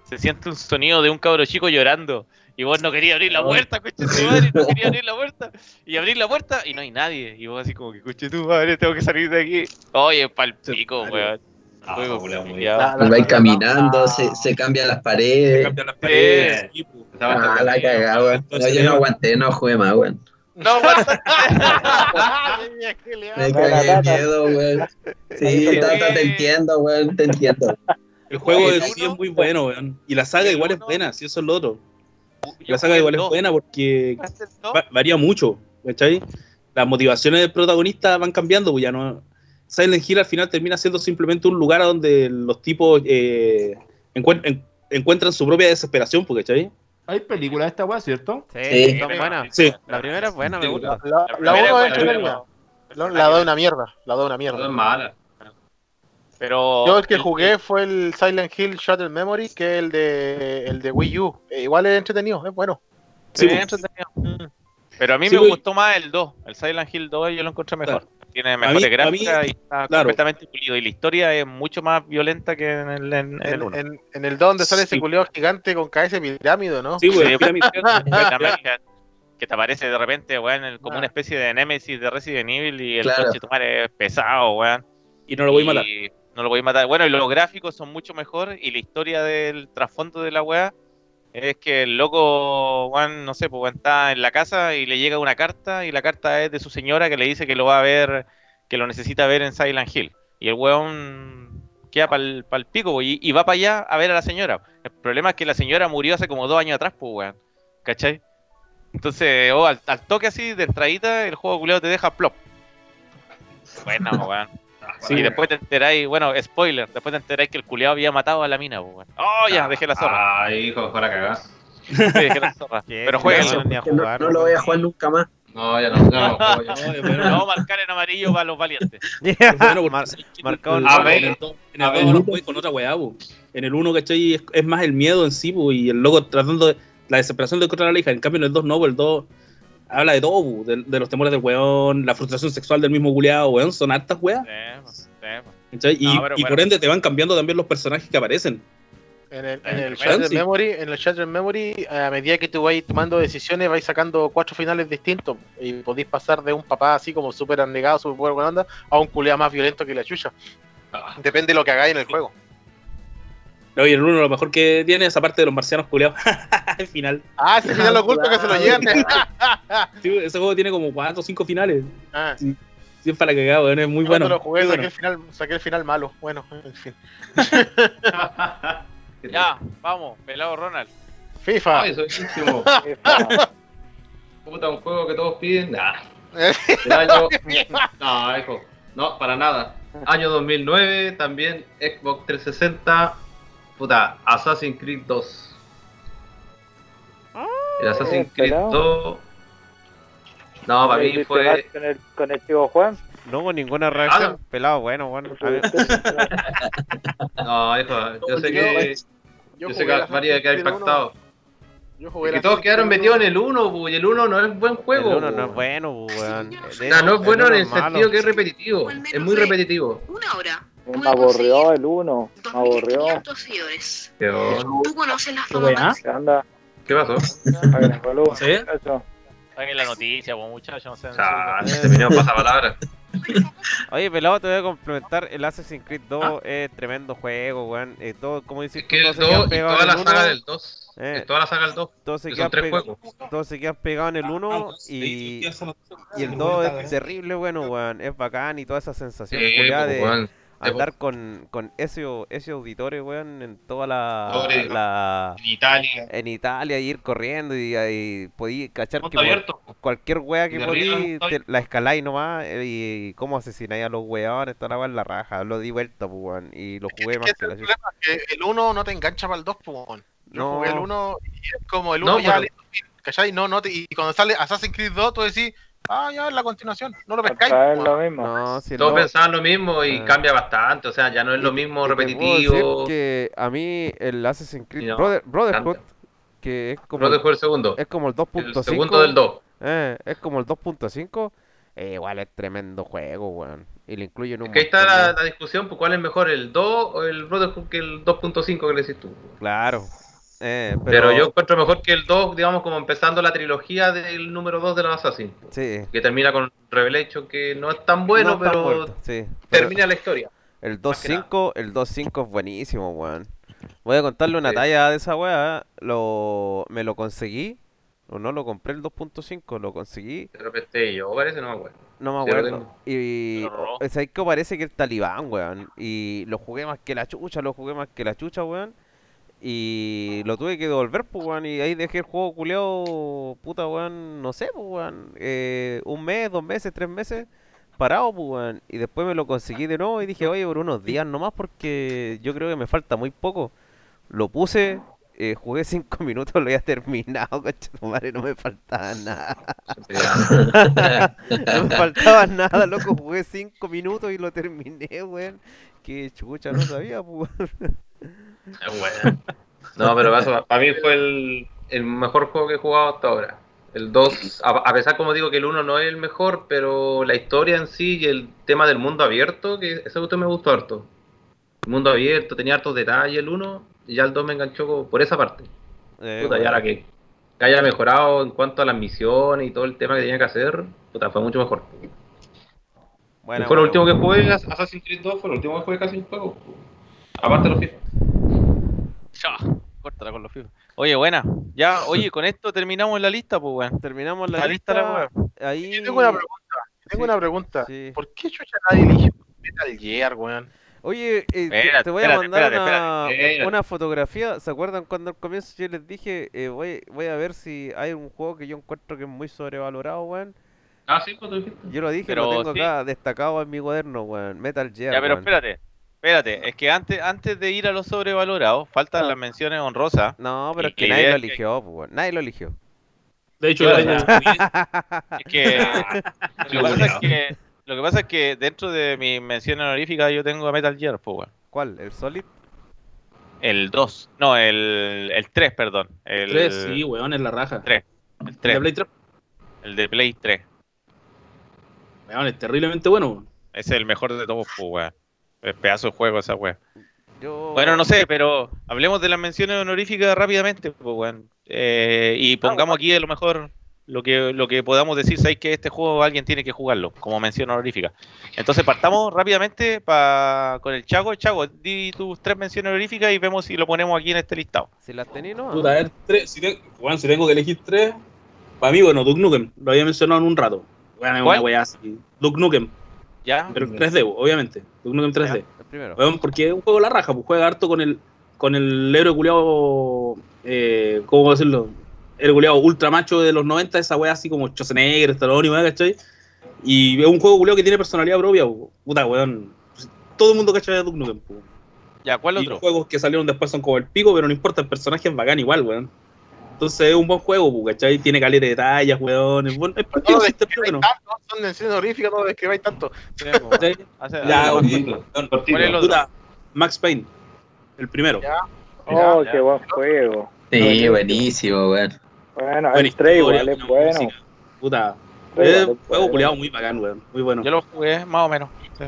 Speaker 1: se siente un sonido de un cabro chico llorando. Y vos no querías abrir la puerta, coche tu madre, no querías abrir la puerta. Y abrir la puerta y no hay nadie. Y vos así como que, coche tu madre, tengo que salir de aquí. Oye, pa'l pico,
Speaker 7: madre.
Speaker 1: weón.
Speaker 3: Ah,
Speaker 1: Juego
Speaker 3: culiao, muy
Speaker 1: culiao.
Speaker 2: La- la-
Speaker 6: Pues Va
Speaker 2: la-
Speaker 6: caminando,
Speaker 2: la-
Speaker 6: se, se cambia las paredes.
Speaker 7: cambian las paredes, sí, po.
Speaker 3: Estaba
Speaker 6: Ah,
Speaker 3: hasta-
Speaker 6: la cagada, weón. No, yo no aguanté, no jugué más, weón.
Speaker 1: No, weón,
Speaker 6: Me
Speaker 5: Buena
Speaker 6: cagué de
Speaker 5: tata.
Speaker 6: miedo, weón. Sí,
Speaker 1: Sí.
Speaker 6: tata, te entiendo, weón, te entiendo.
Speaker 7: El juego en
Speaker 6: El
Speaker 7: sí es muy bueno, weón. Y la saga
Speaker 1: el
Speaker 7: igual es
Speaker 1: uno-
Speaker 7: buena, si eso es lo otro.
Speaker 1: yo
Speaker 7: La saga igual es
Speaker 1: jugué el
Speaker 7: buena
Speaker 1: dos,
Speaker 7: porque
Speaker 1: jugaste el dos,
Speaker 7: va- varía mucho, ¿cachai? Las motivaciones del protagonista van cambiando, pues ya no. Silent Hill al final termina siendo simplemente un lugar a donde los tipos eh, encuent- en- encuentran su propia desesperación, pues, ¿cachai?
Speaker 4: Hay películas de esta weá, ¿cierto?
Speaker 10: Sí,
Speaker 6: Sí.
Speaker 10: son buenas.
Speaker 7: Sí.
Speaker 10: La primera es buena, me gusta.
Speaker 1: La
Speaker 2: La la
Speaker 1: Eh, primera
Speaker 2: uno
Speaker 1: es
Speaker 2: es
Speaker 1: buena,
Speaker 2: entretenida. La la da una mierda, la da una
Speaker 3: No es
Speaker 2: mierda.
Speaker 3: mala.
Speaker 1: Pero.
Speaker 2: Yo el que jugué fue el Silent Hill Shattered Memory, que es el de, el de Wii U. Eh, igual es entretenido, es bueno.
Speaker 1: Sí,
Speaker 7: Sí, pues.
Speaker 1: entretenido. Pero a mí
Speaker 7: Sí,
Speaker 1: me
Speaker 7: pues.
Speaker 1: gustó más el 2. El Silent Hill 2 yo lo encontré mejor. Tiene
Speaker 7: mí-
Speaker 1: mejores
Speaker 7: a mí-
Speaker 1: gráficas y está
Speaker 7: claro.
Speaker 1: completamente pulido. Y la historia es mucho más violenta que en el, en, en el
Speaker 2: En,
Speaker 1: 1.
Speaker 2: en, en el 2 donde sale
Speaker 7: Sí.
Speaker 2: ese culiao gigante con cabeza de pirámide, ¿no?
Speaker 7: Sí, pues,
Speaker 1: Sí,
Speaker 7: weón. Pyramid Head.
Speaker 1: Completamente. que te aparece de repente, weón, el-
Speaker 7: Ah.
Speaker 1: como una especie de Nemesis de Resident Evil y el
Speaker 6: Claro.
Speaker 1: coche tu madre es pesado, weón.
Speaker 7: Y no lo voy a matar.
Speaker 1: Y No lo voy a matar. Bueno, y los gráficos son mucho mejor y la historia del trasfondo de la weá es que el loco, weón, no sé, pues weón, está en la casa y le llega una carta y la carta es de su señora que le dice que lo va a ver, que lo necesita ver en Silent Hill. Y el weón queda pa'l, pa'l pico po, y, y va para allá a ver a la señora. El problema es que la señora murió hace como dos años atrás, pues weón. ¿Cachai? Entonces, oh, al, al toque así, de entradita, el juego culiado te deja plop. Bueno, weón.
Speaker 11: Sí,
Speaker 1: y después te enteráis, bueno, spoiler, después te enteráis que el culiado había matado a la mina, pues, weón. Oh,
Speaker 3: Ah.
Speaker 1: ya, dejé la zorra.
Speaker 3: Ay, hijo, ojalá cagás.
Speaker 1: Sí, dejé la zorra. Pero jueguen.
Speaker 10: ni a
Speaker 6: Que no-
Speaker 10: jugar,
Speaker 6: no, lo voy a jugar nunca más.
Speaker 3: No, ya no, ya no. juego, ya no.
Speaker 1: No marcar en amarillo para los valientes.
Speaker 7: Bueno, porque
Speaker 10: Mar-
Speaker 7: sabes que
Speaker 10: marcado
Speaker 7: en
Speaker 10: en
Speaker 7: el-
Speaker 3: rojo.
Speaker 7: en el dos- en el
Speaker 3: A ver.
Speaker 7: 2 no puedes con otra weá, bu. En el 1, ¿cachai? Es, es más el miedo en sí, bu, y el loco tratando de. La desesperación de encontrar a la hija. En cambio, en el 2 no, bu, el 2 habla de todo, bu, de, de los temores del weón, la frustración sexual del mismo culeado, weón. Son hartas weas.
Speaker 1: Sí, pues, sí, pues.
Speaker 7: ¿cachai? Y,
Speaker 1: No, pero
Speaker 7: y
Speaker 1: bueno.
Speaker 7: por ende te van cambiando también los personajes que aparecen.
Speaker 2: En el, en el
Speaker 1: Ah,
Speaker 2: Shattered
Speaker 7: sí.
Speaker 2: Memory, en el Shattered Memory, a medida que tú vais tomando decisiones, vais sacando cuatro finales distintos y podéis pasar de un papá así como súper anegado, súper buena onda, a un culiao más violento que la chucha. Depende de lo que hagáis en el juego.
Speaker 7: No, y el 1 lo mejor que tiene es aparte de los marcianos culeados. el final.
Speaker 2: Ah, ese final oculto que se lo llevan.
Speaker 7: Sí, ese juego tiene como 4 o 5 finales.
Speaker 2: Ah,
Speaker 7: Sí, es para cagar, weón. Es muy
Speaker 2: cuando
Speaker 7: bueno.
Speaker 2: lo jugué,
Speaker 7: muy
Speaker 2: saqué,
Speaker 7: bueno.
Speaker 2: el final, saqué el final malo. Bueno, en fin.
Speaker 1: Ya, vamos, pelado Ronald.
Speaker 2: FIFA.
Speaker 3: Ay, soy íntimo. Puta, un juego que todos piden. Nah.
Speaker 2: Eh.
Speaker 3: El año. No, hijo. No, para nada. Año 2009, también Xbox 360. Puta, Assassin's Creed 2.
Speaker 2: Ah,
Speaker 3: El Assassin's
Speaker 5: Eh,
Speaker 3: Creed
Speaker 5: pelado.
Speaker 3: 2. No, para
Speaker 2: Este
Speaker 3: mí fue.
Speaker 5: Con el, con el chico Juan.
Speaker 10: No hubo ninguna reacción.
Speaker 3: no.
Speaker 10: Pelado, bueno, bueno. A
Speaker 3: Este
Speaker 10: ver,
Speaker 3: No, hijo. Yo sé que. Yo sé
Speaker 2: jugué
Speaker 3: que
Speaker 2: el Assassin's
Speaker 3: varios de quedar
Speaker 2: Creed uno,
Speaker 3: impactados.
Speaker 2: yo
Speaker 3: Y
Speaker 2: jugué
Speaker 3: que
Speaker 2: el
Speaker 3: todos
Speaker 2: Assassin's
Speaker 3: quedaron
Speaker 2: Creed
Speaker 3: metidos en
Speaker 2: uno.
Speaker 3: el 1, bu, y el 1 no es buen juego.
Speaker 10: el uno
Speaker 3: bu.
Speaker 10: no es bueno, bu, weón.
Speaker 12: señor.
Speaker 10: De
Speaker 3: O sea, no
Speaker 10: hecho,
Speaker 3: es bueno en
Speaker 10: uno
Speaker 3: el
Speaker 10: malo.
Speaker 3: sentido que es repetitivo.
Speaker 12: Al menos
Speaker 3: Es muy
Speaker 12: fue-
Speaker 3: repetitivo.
Speaker 12: Una hora.
Speaker 5: Me aburrió el uno. Me aburrió.
Speaker 12: 2.500 seguidores.
Speaker 3: ¿Qué,
Speaker 12: Tú conoces la
Speaker 7: ¿Qué
Speaker 12: fama
Speaker 5: ah?
Speaker 7: weá?
Speaker 12: máxima.
Speaker 5: Anda,
Speaker 3: pasó?
Speaker 5: agrégalo,
Speaker 7: ¿Sí?
Speaker 5: muchacho.
Speaker 1: Saquen la noticia, pues muchachos, no sean-
Speaker 3: Ah, se terminó pasapalabra.
Speaker 10: Oye, pelado, te voy a complementar. El Assassin's Creed 2 es tremendo juego, weón. Eh, todo, como dices,
Speaker 3: Ah. Es
Speaker 10: tú,
Speaker 3: que el
Speaker 10: todos
Speaker 3: 2
Speaker 10: se quedan
Speaker 3: y
Speaker 10: pegados
Speaker 3: toda
Speaker 10: en
Speaker 3: la
Speaker 10: el
Speaker 3: saga
Speaker 10: uno,
Speaker 3: del 2.
Speaker 10: Eh.
Speaker 3: Es toda la saga del 2.
Speaker 10: todos se
Speaker 3: Que
Speaker 10: quedan
Speaker 3: son tres
Speaker 10: pe-
Speaker 3: juegos.
Speaker 10: todos se quedan pegados en el
Speaker 1: Ah,
Speaker 10: 1 y, y el 2
Speaker 4: dos
Speaker 1: ¿eh?
Speaker 10: es terrible, bueno, weón. Es bacán y toda esa sensación
Speaker 3: Sí,
Speaker 10: culiá,
Speaker 3: pues,
Speaker 10: de
Speaker 3: weón.
Speaker 10: andar con, con ese, ese auditorio, weón, en toda la,
Speaker 3: Auditore.
Speaker 10: la-
Speaker 3: En Italia.
Speaker 10: En Italia, y ir corriendo y, ahí podí cachar que
Speaker 3: Mundo
Speaker 10: por-
Speaker 3: abierto.
Speaker 10: cualquier wea que
Speaker 3: De arriba,
Speaker 10: poní,
Speaker 3: estoy.
Speaker 10: te- la escaláis nomás eh, y, y cómo asesináis a los weones, toda la wea en la raja. Lo di vuelta, pues, weón, y lo jugué
Speaker 2: Es
Speaker 10: más
Speaker 2: que
Speaker 10: que
Speaker 2: ese
Speaker 10: la
Speaker 2: es el problema, que el 1 no te engancha para el 2, pues. Yo
Speaker 10: No.
Speaker 2: jugué el 1 y es como el
Speaker 3: No,
Speaker 2: 1 ya
Speaker 3: pero-
Speaker 2: listo, fin, ¿cachai? No, no te- y cuando sale Assassin's Creed 2, tú decís, ah, ya es la continuación, no lo pescáis.
Speaker 5: Otra vez
Speaker 2: po,
Speaker 5: lo
Speaker 2: weón.
Speaker 5: mismo.
Speaker 10: No, si el
Speaker 3: Todos
Speaker 10: dos-
Speaker 3: pensaban lo mismo y
Speaker 10: Ah.
Speaker 3: cambia bastante. O sea, ya no es lo
Speaker 10: Y-
Speaker 3: mismo
Speaker 10: y te puedo
Speaker 3: repetitivo.
Speaker 10: decir que a mí el Assassin's Creed
Speaker 3: Y no,
Speaker 10: Brother- Brotherhood,
Speaker 3: tanto.
Speaker 10: que es como,
Speaker 3: No te juego el segundo.
Speaker 10: es como el
Speaker 3: El
Speaker 10: 2.5.
Speaker 3: segundo del 2.
Speaker 10: eh, es como el 2.5. eh, igual es tremendo juego, weón. Y le incluyen un
Speaker 3: Es que ahí está
Speaker 10: montón
Speaker 3: la,
Speaker 10: de-
Speaker 3: la discusión, pues, ¿cuál es mejor, el 2 o el Brotherhood que el 2.5 que le decís tú?
Speaker 10: Claro. Eh, pero,
Speaker 3: Pero, yo encuentro mejor que el 2, digamos, como empezando la trilogía del número 2 de los Assassin,
Speaker 10: Sí.
Speaker 3: que termina con Revelation, que no es tan bueno,
Speaker 10: No, está
Speaker 3: pero
Speaker 10: muerto, sí. Pero
Speaker 3: termina la historia.
Speaker 10: el
Speaker 3: más que nada.
Speaker 10: 2.5, el 2.5 es buenísimo, weón. Voy a contarle una talla de esa weá. Lo, me lo conseguí. O no lo compré el 2.5, lo conseguí
Speaker 3: De repente yo, oh, parece, no me acuerdo.
Speaker 10: No me
Speaker 3: Sí, lo
Speaker 10: acuerdo.
Speaker 3: tengo.
Speaker 10: Y.
Speaker 1: Lo robó.
Speaker 10: o- ¿Sabes qué? Parece que el talibán, weón. Y lo jugué más que la chucha, lo jugué más que la chucha, weón. Y lo tuve que devolver, pues, weón. Y ahí dejé el juego culeado, puta, weón. No sé, pues, weón. eh, un mes, dos meses, tres meses. Parado, pues, weón. Y después me lo conseguí de nuevo y dije, oye, por unos días nomás, porque yo creo que me falta muy poco. Lo puse. eh, jugué cinco minutos, lo había terminado, madre, no me faltaba nada. No me faltaba nada, loco. Jugué 5 minutos y lo terminé, weón. Que chucha, no sabía, pues.
Speaker 3: Bueno. No, pero eso, para mí fue el, el mejor juego que he jugado hasta ahora. El 2, a, a pesar como digo que el 1 no es el mejor, pero la historia en sí y el tema del mundo abierto, que ese gusto me gustó harto. El mundo abierto, tenía hartos detalles el 1, y ya el 2 me enganchó como por esa parte.
Speaker 10: Eh,
Speaker 3: Puta,
Speaker 10: weón.
Speaker 3: ya la que. que haya mejorado en cuanto a las misiones y todo el tema que tenía que hacer, puta, fue mucho mejor.
Speaker 10: Bueno,
Speaker 3: fue
Speaker 10: bueno,
Speaker 3: lo último que jugué, As- Assassin's Creed 2 fue lo último que jugué casi un juego. po. Aparte de los FIFA.
Speaker 1: Chao, córtala con los FIFA. Oye, buena. Ya, oye, con esto terminamos la lista, pues, weón.
Speaker 10: terminamos la
Speaker 1: Está lista la
Speaker 10: lista. Ahí...
Speaker 2: Yo tengo una pregunta. yo Tengo
Speaker 10: Sí,
Speaker 2: una pregunta.
Speaker 10: sí.
Speaker 2: ¿Por qué chucha nadie eligió Metal Gear, weón?
Speaker 10: Oye, eh, te-
Speaker 1: Espérate,
Speaker 10: te voy a
Speaker 1: espérate,
Speaker 10: mandar
Speaker 1: espérate,
Speaker 10: una,
Speaker 3: espérate.
Speaker 10: una fotografía. ¿Se acuerdan cuando al comienzo yo les dije, eh, voy, voy a ver si hay un juego que yo encuentro que es muy sobrevalorado, weón?
Speaker 3: Ah, sí, pues tú dijiste.
Speaker 10: Yo lo dije, lo
Speaker 1: Pero
Speaker 10: tengo
Speaker 1: sí.
Speaker 10: acá destacado en mi cuaderno, weón. Metal Gear.
Speaker 1: Ya, pero
Speaker 10: weón.
Speaker 1: espérate. Espérate, es que antes, antes de ir a los sobrevalorados, faltan las menciones honrosas.
Speaker 10: No, pero es
Speaker 1: Y
Speaker 10: que
Speaker 1: la
Speaker 10: nadie
Speaker 1: idea
Speaker 10: lo
Speaker 1: es que-
Speaker 10: eligió, pues, weón. Nadie lo eligió.
Speaker 7: De hecho,
Speaker 3: Yo
Speaker 7: la
Speaker 3: la-
Speaker 1: Es que, lo, que pasa es que lo que pasa es que dentro de mis menciones honoríficas yo tengo a Metal Gear, pues, weón.
Speaker 10: ¿Cuál? ¿El Solid?
Speaker 1: El 2. No, el, el 3, perdón. El
Speaker 7: 3, sí, weón, es la raja.
Speaker 1: Tres, el 3,
Speaker 7: De Play 3,
Speaker 1: el de Play 3.
Speaker 7: weón, es terriblemente bueno. weón.
Speaker 1: Es el mejor de todos, pues, weón. Es pedazo de juego esa weón.
Speaker 10: Yo...
Speaker 1: Bueno, no sé, pero hablemos de las menciones honoríficas rápidamente, pues, weón. Eh,
Speaker 10: Ah,
Speaker 1: y pongamos aquí a lo mejor lo que, lo que podamos decir, sabéis que este juego alguien tiene que jugarlo, como mención honorífica. Entonces partamos rápidamente pa- con el Chago. Chago, di tus tres menciones honoríficas y vemos si lo ponemos aquí en este listado.
Speaker 10: Si las tení, no.
Speaker 7: Puta, a ver, tres, si, te- weón, si tengo que elegir tres, para mí, bueno, Duke Nukem, lo había mencionado en un rato. Weón, es
Speaker 1: ¿Cuál?
Speaker 7: una weá así. Duke Nukem,
Speaker 1: ¿Ya?
Speaker 7: pero en 3D, obviamente. Duke Nukem 3D.
Speaker 10: El primero.
Speaker 7: Weón, porque es un juego la raja, pues juega harto con el con el héroe culiado, eh, ¿cómo decirlo? El culiado ultra macho de los 90, esa wea así como Schwarzenegger, Stallone y weá, ¿cachai? Y es un juego culiado que tiene personalidad propia, po. puta weón. pues, Todo el mundo cacha de Duke Nukem, po.
Speaker 1: ¿Ya? ¿Cuál
Speaker 7: Y
Speaker 1: otro?
Speaker 7: los juegos que salieron después son como el pico, pero no importa, el personaje es bacán igual, weón. Entonces es un buen juego, po, ¿cachai? Tiene caleta de detalles, weón. Es bueno, es
Speaker 2: No
Speaker 7: partido,
Speaker 2: lo
Speaker 7: sí, está
Speaker 2: describáis
Speaker 7: bueno,
Speaker 2: tanto, son menciones honoríficas, no lo describáis tanto.
Speaker 7: ¿cachai?
Speaker 1: Hace-
Speaker 7: Ya,
Speaker 1: hace-
Speaker 7: ok.
Speaker 1: ¿Cuál es el otro?
Speaker 7: Puta, Max Payne, el primero.
Speaker 5: Oh,
Speaker 1: ya.
Speaker 5: qué buen juego.
Speaker 6: Sí, buenísimo, weón.
Speaker 5: Bueno,
Speaker 7: Buena
Speaker 5: el 3
Speaker 7: historia,
Speaker 5: igual es
Speaker 7: buena
Speaker 5: bueno.
Speaker 7: música. Puta,
Speaker 5: Tres
Speaker 7: es
Speaker 5: igual
Speaker 7: un
Speaker 5: es
Speaker 7: juego
Speaker 5: bueno.
Speaker 7: culiado muy bacán, weón. Muy bueno.
Speaker 1: Yo lo jugué más o menos. sí.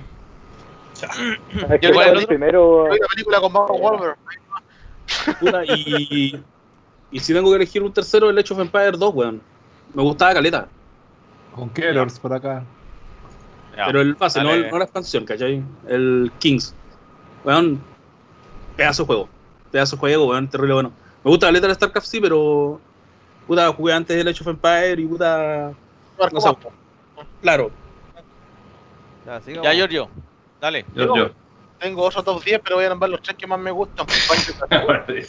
Speaker 5: Es que
Speaker 1: Yo igual
Speaker 5: fue
Speaker 1: el
Speaker 5: el
Speaker 1: otro-
Speaker 5: primero.
Speaker 2: Yo vi la película con Mark Wahlberg.
Speaker 7: Puta, y, y si tengo que elegir un tercero, el Age of Empires 2, weón. Me gustaba Caleta,
Speaker 4: Con Kellers por acá.
Speaker 1: Ya.
Speaker 7: pero el base, no,
Speaker 1: Dale.
Speaker 7: el- no la expansión, ¿cachai? El Kings. Weón, pedazo de juego. Pedazo de juego, weón, terrible bueno. Me gusta Caleta el StarCraft, sí, pero. Puta, jugué antes del Age of Empires y puta. No sé. Claro,
Speaker 10: Ya, sigamos.
Speaker 1: Ya, Giorgio, dale.
Speaker 3: Yo, yo.
Speaker 2: Tengo otros top 10, pero voy a nombrar los tres que más me gustan. Banjo Kazooie,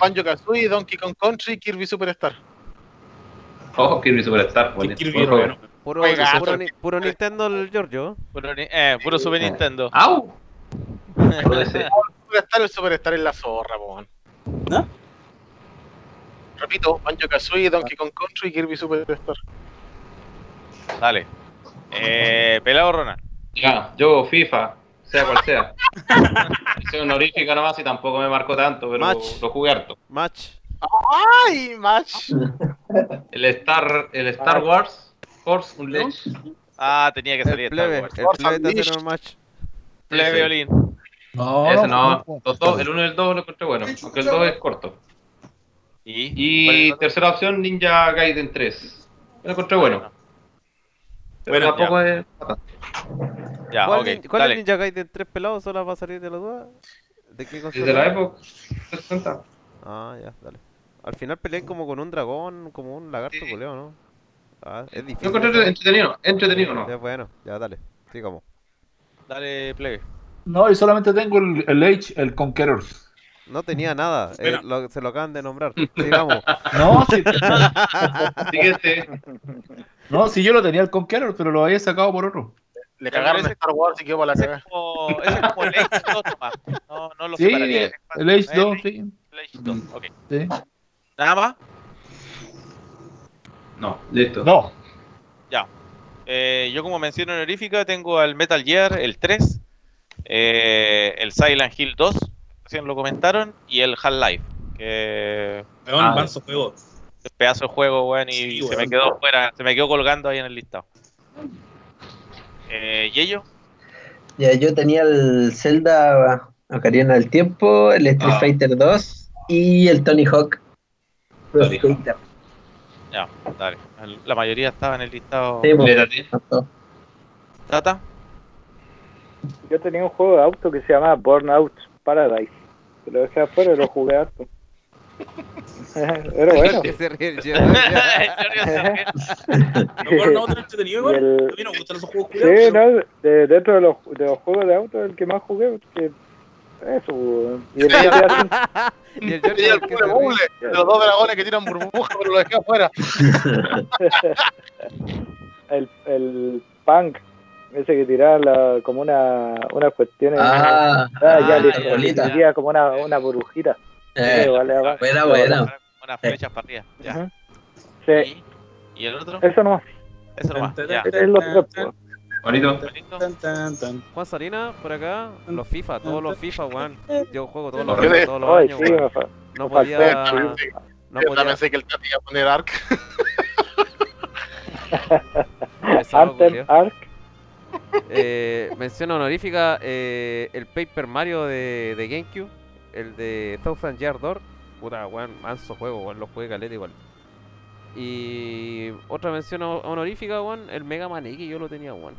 Speaker 2: Banjo Kazooie, Donkey Kong Country, Kirby Superstar.
Speaker 3: Ojo, Kirby pues, Superstar,
Speaker 7: que
Speaker 3: bueno.
Speaker 7: Kirby
Speaker 3: buen
Speaker 7: era
Speaker 3: juego.
Speaker 7: bueno.
Speaker 10: Puro,
Speaker 2: Juegazo.
Speaker 10: puro ni- puro Nintendo el Giorgio.
Speaker 1: Puro, ni- eh, puro Super Nintendo.
Speaker 3: ¡Au! Puro DC.
Speaker 2: Superstar, el Superstar es la zorra, po, weón.
Speaker 7: ¿Ah?
Speaker 2: Repito, Banjo Kazooie, Donkey Kong Country, Kirby Superstar.
Speaker 1: Dale. Eh, Pelado Ronald.
Speaker 3: Ya, yo FIFA, sea cual sea. Soy honorífica nomás y tampoco me marcó tanto, pero
Speaker 10: Match.
Speaker 3: lo jugué harto.
Speaker 10: Match.
Speaker 2: ¡Ay, match!
Speaker 3: El Star, el Star Wars, Horse Unleashed,
Speaker 1: Ah, tenía que salir
Speaker 10: El
Speaker 1: Star
Speaker 10: plebe. El
Speaker 1: Wars.
Speaker 10: plebe te hace un match.
Speaker 1: Plebe
Speaker 3: Ese.
Speaker 1: violín.
Speaker 4: No,
Speaker 5: Oh.
Speaker 3: Ese no, los dos, el uno y el dos lo encontré bueno, aunque el dos es corto.
Speaker 1: ¿Cuál es
Speaker 3: Y
Speaker 1: el otro?
Speaker 3: tercera opción, Ninja Gaiden 3. Lo encontré bueno. Pero
Speaker 7: Bueno,
Speaker 3: tampoco es.
Speaker 1: Ya,
Speaker 10: ¿Cuál,
Speaker 1: ok,
Speaker 10: nin- cuál
Speaker 1: dale.
Speaker 10: es Ninja Gaiden tres pelados? ¿Solo va a salir de la duda? ¿De qué
Speaker 3: Desde la
Speaker 10: consola?
Speaker 3: época. 60.
Speaker 10: Ah, ya, dale. Al final pelean como con un dragón, como un lagarto
Speaker 3: Sí.
Speaker 10: culeo, ¿no? Ah, es
Speaker 3: Lo
Speaker 10: difícil.
Speaker 3: encontré entretenido, entretenido no.
Speaker 10: Ya, bueno, ya, dale. Sigamos.
Speaker 1: Dale, plebe.
Speaker 4: No, y solamente tengo el, el Age, el Conquerors.
Speaker 10: No tenía nada. eh,
Speaker 7: Espera.
Speaker 10: lo- se lo acaban de nombrar. Sigamos.
Speaker 4: No, si,
Speaker 3: Siguiente,
Speaker 4: no, si yo lo tenía el Conquerors, pero lo había sacado por otro.
Speaker 2: Le
Speaker 1: Ya,
Speaker 2: cagaron
Speaker 1: pero
Speaker 2: a Star Wars y quedó para la
Speaker 1: Ese
Speaker 2: cagada.
Speaker 1: es como, ese es como Lage 2 nomás. No, no lo
Speaker 4: Sí,
Speaker 1: separaría. Eh,
Speaker 4: el Age 2, sí.
Speaker 1: Lage 2, ok.
Speaker 4: sí.
Speaker 1: Nada más.
Speaker 3: No, listo.
Speaker 4: No,
Speaker 1: Eh, yo como mención honorífica tengo al Metal Gear, el 3, eh, el Silent Hill 2, recién lo comentaron, y el Half-Life, que
Speaker 7: weón,
Speaker 3: Ah,
Speaker 7: manso juego.
Speaker 1: es pedazo de juego, weón, y
Speaker 7: Sí,
Speaker 1: se me
Speaker 7: weón.
Speaker 1: quedó fuera, se me quedó colgando ahí en el listado. Eh, ¿Y ellos?
Speaker 6: Ya, yo tenía el Zelda Ocarina del Tiempo, el Street
Speaker 3: Ah.
Speaker 6: Fighter 2 y el Tony Hawk. Pro
Speaker 3: Tony Hawk.
Speaker 6: Skater.
Speaker 1: Ya, dale. El- La mayoría estaba en el listado.
Speaker 6: Sí, pues. po.
Speaker 3: Espérate.
Speaker 1: Tata.
Speaker 5: Yo tenía un juego de auto que se llamaba Burnout Paradise. que Lo dejé afuera y lo jugué harto. Era bueno.
Speaker 10: Se ríe el Giorgio.
Speaker 7: No, pero no, otro entretenido
Speaker 5: Y
Speaker 7: igual.
Speaker 5: el-
Speaker 7: A mí no me gustan esos juegos
Speaker 5: Sí,
Speaker 7: culiados. pero-
Speaker 5: no, de- dentro de los, de los juegos de auto, el que más jugué, porque eso, weón. y el GTA
Speaker 10: Y el
Speaker 2: Tenía el
Speaker 10: Giorgio es el
Speaker 2: pobre
Speaker 10: que se ríe.
Speaker 2: Bubble, de los dos dragones que tiran burbujas, pero lo dejé afuera.
Speaker 5: el, el punk, ese que tiraba la- como una, una cuestión. en-
Speaker 6: Ah,
Speaker 5: Ah, ya,
Speaker 6: ah,
Speaker 5: listo,
Speaker 6: ya,
Speaker 5: le
Speaker 6: listo.
Speaker 5: salía como una, una burbujita.
Speaker 6: Eh,
Speaker 5: Sí, vale, va.
Speaker 6: buena, buena.
Speaker 1: Unas flechas para arriba. Ya.
Speaker 5: Ajá. Sí,
Speaker 1: ¿Y? ¿Y el otro?
Speaker 5: eso no
Speaker 1: Eso nomás. Ya.
Speaker 5: es los tres, pues.
Speaker 3: Bonito.
Speaker 1: ¿Listo?
Speaker 7: Tan, tan, tan.
Speaker 10: Juan Sarina, por acá, los FIFA, todos los FIFA, weón. Yo juego todos los
Speaker 2: Yo
Speaker 10: FIFA,
Speaker 2: de-
Speaker 10: todos los
Speaker 5: Ay,
Speaker 10: años,
Speaker 5: sí,
Speaker 10: weón.
Speaker 5: me fa-
Speaker 10: No
Speaker 5: me
Speaker 10: podía.
Speaker 5: faltó.
Speaker 10: No
Speaker 2: Yo
Speaker 10: podía.
Speaker 2: pensé que el Tati iba a poner Ark.
Speaker 10: pesado,
Speaker 5: Anthem,
Speaker 10: culiao.
Speaker 5: Ark,
Speaker 10: Eh, mención honorífica: eh, el Paper Mario de, de GameCube, el de Thousand Yard Door. Puta, weón, manso juego, weón, lo jugué caleta igual. Y otra mención ho- honorífica, weón, el Mega Man X, yo lo tenía, weón.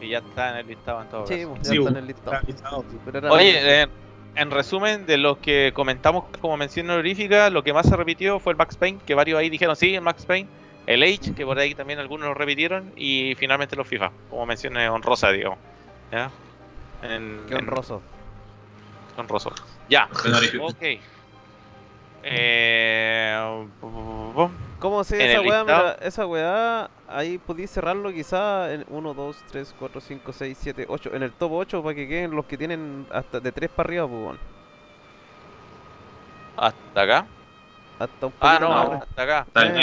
Speaker 1: Y ya está en el listado en todo
Speaker 10: Sí,
Speaker 1: caso.
Speaker 10: weón,
Speaker 7: Sí,
Speaker 10: ya está en
Speaker 3: pues.
Speaker 7: weón.
Speaker 10: el listado. Pero era-
Speaker 1: Oye, eh, en resumen, de los que comentamos como mención honorífica, lo que más se repitió fue el Max Payne, que varios ahí dijeron sí, el Max Payne, el Age, que por ahí también algunos lo repitieron, y finalmente los FIFA, como mencioné honrosa, digamos. ¿Ya? En-
Speaker 10: qué honroso.
Speaker 1: en- honroso. Ya,
Speaker 3: Honorífico.
Speaker 1: ok. Eh, bum, bum, bum.
Speaker 10: ¿Cómo se
Speaker 1: en
Speaker 10: esa
Speaker 1: el
Speaker 10: weá?
Speaker 1: listado.
Speaker 10: Mira, esa weá, ahí podí cerrarlo quizá en 1, 2, 3, 4, 5, 6, 7, 8. En el top 8 para que queden los que tienen hasta de 3 para arriba, pues, weón.
Speaker 1: hasta acá.
Speaker 10: Hasta un poquito
Speaker 1: Ah, no,
Speaker 10: más arriba.
Speaker 1: hasta acá.
Speaker 3: Time Gears.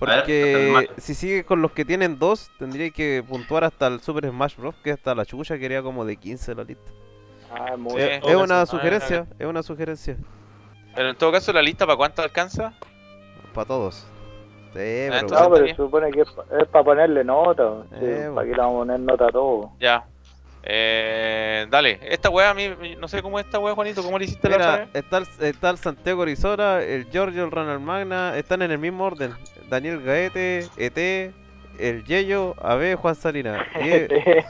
Speaker 3: ver, hasta el
Speaker 10: Porque
Speaker 3: más.
Speaker 10: si sigue con los que tienen 2, tendría que puntuar hasta el Super Smash Bros. Que hasta la chucha que era como de 15 la lista.
Speaker 5: Ah, muy
Speaker 1: Sí.
Speaker 5: bien.
Speaker 10: es una
Speaker 1: Ah,
Speaker 10: sugerencia, es una sugerencia.
Speaker 1: Pero en todo caso, ¿la lista para cuánto alcanza?
Speaker 10: Para todos. Sí, pero
Speaker 1: Ah, entonces-
Speaker 5: No,
Speaker 10: weón.
Speaker 5: pero se supone que es para ponerle nota, sí,
Speaker 10: Eh, bueno.
Speaker 5: para que le vamos a poner nota a todo.
Speaker 1: Ya. Eh, dale, esta weá a mí, no sé cómo es esta weá, Juanito, ¿cómo le hiciste la otra
Speaker 10: Mira,
Speaker 1: vez?
Speaker 10: está el, está el Santiago Arizona, el Giorgio, el Ronald Magna, están en el mismo orden. Daniel Gaete, ET, el Yeyo, AB, Juan Salina. Y, eh,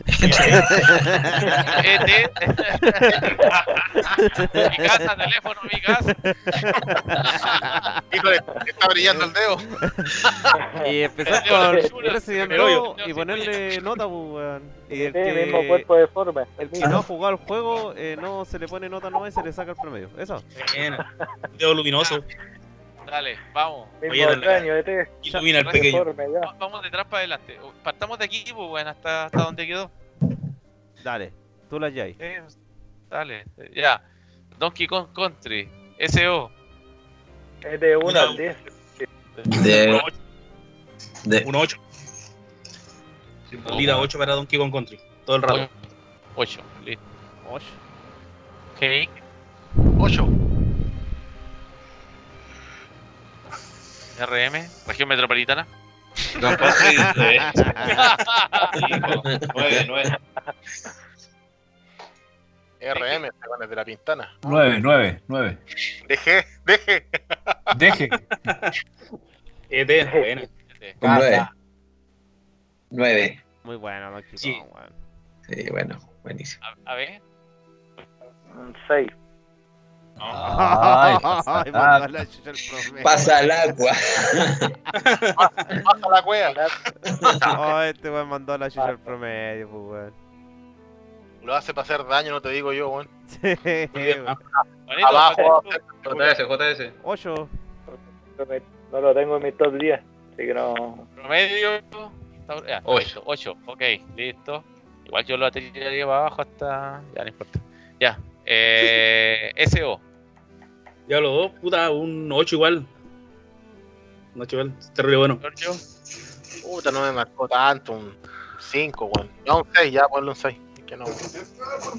Speaker 1: ET. mi casa, teléfono, mi casa.
Speaker 2: Híjole, está brillando el dedo.
Speaker 10: y empezar con Resident
Speaker 1: El hoyo.
Speaker 10: 2 y ponerle nota, pues, weón. Y el
Speaker 5: Sí, mismo
Speaker 10: que,
Speaker 5: cuerpo deforme. El
Speaker 10: el que no ha
Speaker 5: mismo.
Speaker 10: jugado el juego, eh, no se le pone nota no y se le saca el promedio. Eso.
Speaker 7: Buena. Dedo luminoso.
Speaker 1: Dale, vamos.
Speaker 7: Oye,
Speaker 5: Mismo
Speaker 7: dale.
Speaker 5: extraño, este
Speaker 7: Y ilumina al
Speaker 1: no
Speaker 7: pequeño.
Speaker 5: deforme ya.
Speaker 1: Va- Vamos detrás para adelante. Partamos de aquí, pues, weón, hasta, hasta donde quedó.
Speaker 10: Dale, tú la Jai.
Speaker 1: Eh, dale, eh, ya. Donkey Kong Country, SO.
Speaker 5: Es de 1
Speaker 7: Mira,
Speaker 5: al 10.
Speaker 6: de, de-
Speaker 7: 1-8. Lida 8 para Donkey Kong Country. Todo el rato.
Speaker 1: 8, listo.
Speaker 10: Osh.
Speaker 1: Cake.
Speaker 2: 8.
Speaker 1: RM, región metropolitana.
Speaker 3: Don Country, eh, cinco, nueve, nueve.
Speaker 2: RM, Estebanes de la Pintana.
Speaker 4: 9, 9, 9.
Speaker 2: Dejé, dejé.
Speaker 4: Deje.
Speaker 7: ET, buena.
Speaker 6: con 9. 9.
Speaker 10: Muy bueno, Donkey
Speaker 7: Sí.
Speaker 10: Kong, weón.
Speaker 6: Sí, bueno, buenísimo.
Speaker 1: A, a ver.
Speaker 5: 6.
Speaker 4: Ay,
Speaker 10: Ay, mandó a la chucha el promedio.
Speaker 6: Pasa el agua.
Speaker 2: Baja la cueva.
Speaker 10: Oh, este weón mandó a la chucha el promedio, pues, weón.
Speaker 2: Lo hace para hacer daño, no te digo yo, weón.
Speaker 10: Sí, weón.
Speaker 1: Juanito,
Speaker 2: Abajo.
Speaker 3: JS, JS.
Speaker 10: 8.
Speaker 5: No lo tengo en mi top 10. Así que no.
Speaker 1: Promedio. Ya,
Speaker 3: Ocho.
Speaker 1: 8. Ok, listo. Igual yo lo tiraría para abajo hasta. Ya, no importa. Ya. Eh, SO.
Speaker 7: Ya los dos, puta, un 8 igual. Un 8 igual. Terrible bueno.
Speaker 1: Giorgio.
Speaker 2: Puta, no me marcó tanto. Un 5, weón. Ya un 6, ya ponle un 6. Que no,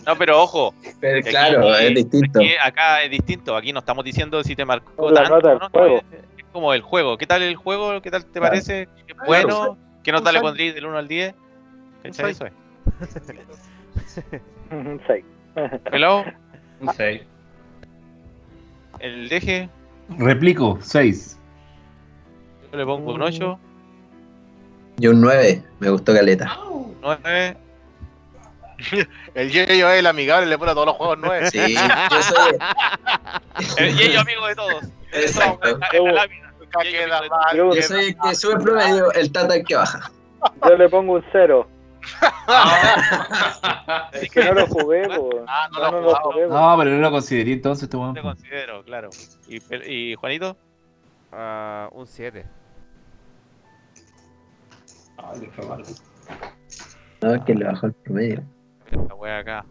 Speaker 1: No, pero ojo.
Speaker 6: Pero
Speaker 1: que
Speaker 6: claro,
Speaker 1: aquí-
Speaker 6: es distinto.
Speaker 1: aquí- acá es distinto. Aquí no estamos diciendo si te marcó
Speaker 5: La
Speaker 1: tanto.
Speaker 5: nota del
Speaker 1: ¿no?
Speaker 5: juego.
Speaker 1: Es como el juego. ¿Qué tal el juego? ¿Qué tal te
Speaker 6: Claro.
Speaker 1: parece? ¿Qué es bueno? ¿Qué nota le
Speaker 2: Un
Speaker 1: pondrías del 1 al 10? ¿Cachai? Eso es.
Speaker 5: 6.
Speaker 1: Pelado,
Speaker 5: Ah,
Speaker 3: Un 6.
Speaker 1: el deje.
Speaker 4: Replico, 6.
Speaker 1: Yo le pongo un 8,
Speaker 5: Mm.
Speaker 6: Y un 9, me gustó Caleta.
Speaker 1: 9.
Speaker 2: El Yeyo es el amigable, le pone a todos los juegos nueve.
Speaker 6: Sí, yo soy.
Speaker 1: Eh, Y ellos amigo de todos.
Speaker 6: Exacto.
Speaker 1: En la lámina.
Speaker 2: Nunca
Speaker 1: Yeyo,
Speaker 2: queda
Speaker 1: amigo de todos.
Speaker 2: mal,
Speaker 6: Yo
Speaker 2: queda
Speaker 6: soy el que sube el promedio, el tata el que baja.
Speaker 5: Yo le pongo un 0.
Speaker 1: Así
Speaker 5: Que no lo jugué, po.
Speaker 2: Ah, no lo
Speaker 5: No, no
Speaker 2: has
Speaker 5: lo
Speaker 2: jugado.
Speaker 5: jugué, po.
Speaker 4: No, pero no lo consideré entonces, este weón.
Speaker 1: te considero, claro. ¿Y, Pel- y Juanito?
Speaker 10: Ah, un 7.
Speaker 6: No, es que le bajó el promedio.
Speaker 1: Mira La wea acá.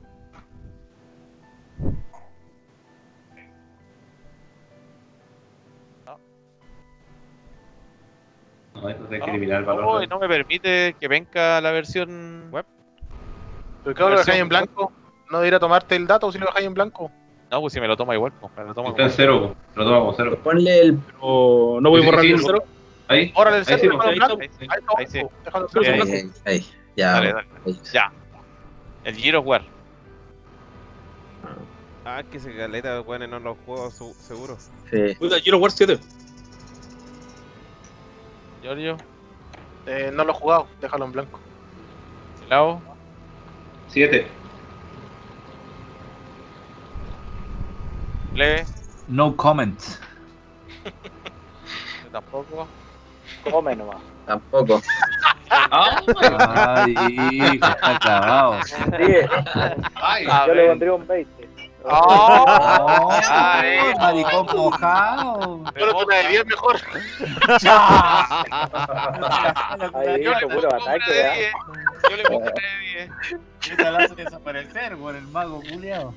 Speaker 4: No, eso es
Speaker 1: discriminar No, no me permite que venga la versión web.
Speaker 2: ¿Por qué no lo dejáis en blanco? ¿No ir a tomarte el dato si lo dejáis en blanco?
Speaker 1: No, pues si me lo toma igual, pues, me lo toma
Speaker 3: Está en
Speaker 1: como-
Speaker 3: cero, po. lo tomamos cero.
Speaker 6: Ponle el.
Speaker 7: Pero no voy a
Speaker 3: Sí,
Speaker 7: borrar
Speaker 3: sí,
Speaker 7: el
Speaker 3: sí.
Speaker 7: cero.
Speaker 3: Ahí.
Speaker 2: Ahora el
Speaker 3: Ahí
Speaker 2: centro,
Speaker 3: sí,
Speaker 2: déjalo en blanco.
Speaker 1: Ahí sí,
Speaker 2: Ahí está,
Speaker 1: ahí sí.
Speaker 2: déjalo en
Speaker 1: Ahí
Speaker 2: blanco.
Speaker 1: sí.
Speaker 6: Ahí, ahí, ahí, ya.
Speaker 1: Dale, dale.
Speaker 6: ahí.
Speaker 1: Ya. El Giro War.
Speaker 10: Ah, que se caleta los weones no los juego su- seguro.
Speaker 6: Sí.
Speaker 7: Puta, Quiero jugar 7.
Speaker 1: Giorgio,
Speaker 2: Eh, no lo he jugado, déjalo en blanco.
Speaker 1: Lao,
Speaker 3: Siete.
Speaker 1: Leve,
Speaker 4: No comment.
Speaker 1: yo tampoco.
Speaker 5: Come nomás.
Speaker 6: Tampoco.
Speaker 4: Ay, hijo, está clavado.
Speaker 5: 10.
Speaker 1: A
Speaker 5: Yo le
Speaker 1: ver.
Speaker 5: pondría un 20.
Speaker 2: Ah,
Speaker 4: Oh,
Speaker 1: Ay.
Speaker 4: maricón mojado.
Speaker 2: Pero tú de 10 mejor.
Speaker 5: Ahí,
Speaker 1: Yo le
Speaker 5: seguro
Speaker 1: pongo una
Speaker 5: ataque, ¿eh?
Speaker 1: de
Speaker 5: ¿verdad?
Speaker 1: 10. Yo le pongo una de 10.
Speaker 4: Puta, la hace desaparecer, por el mago culiao.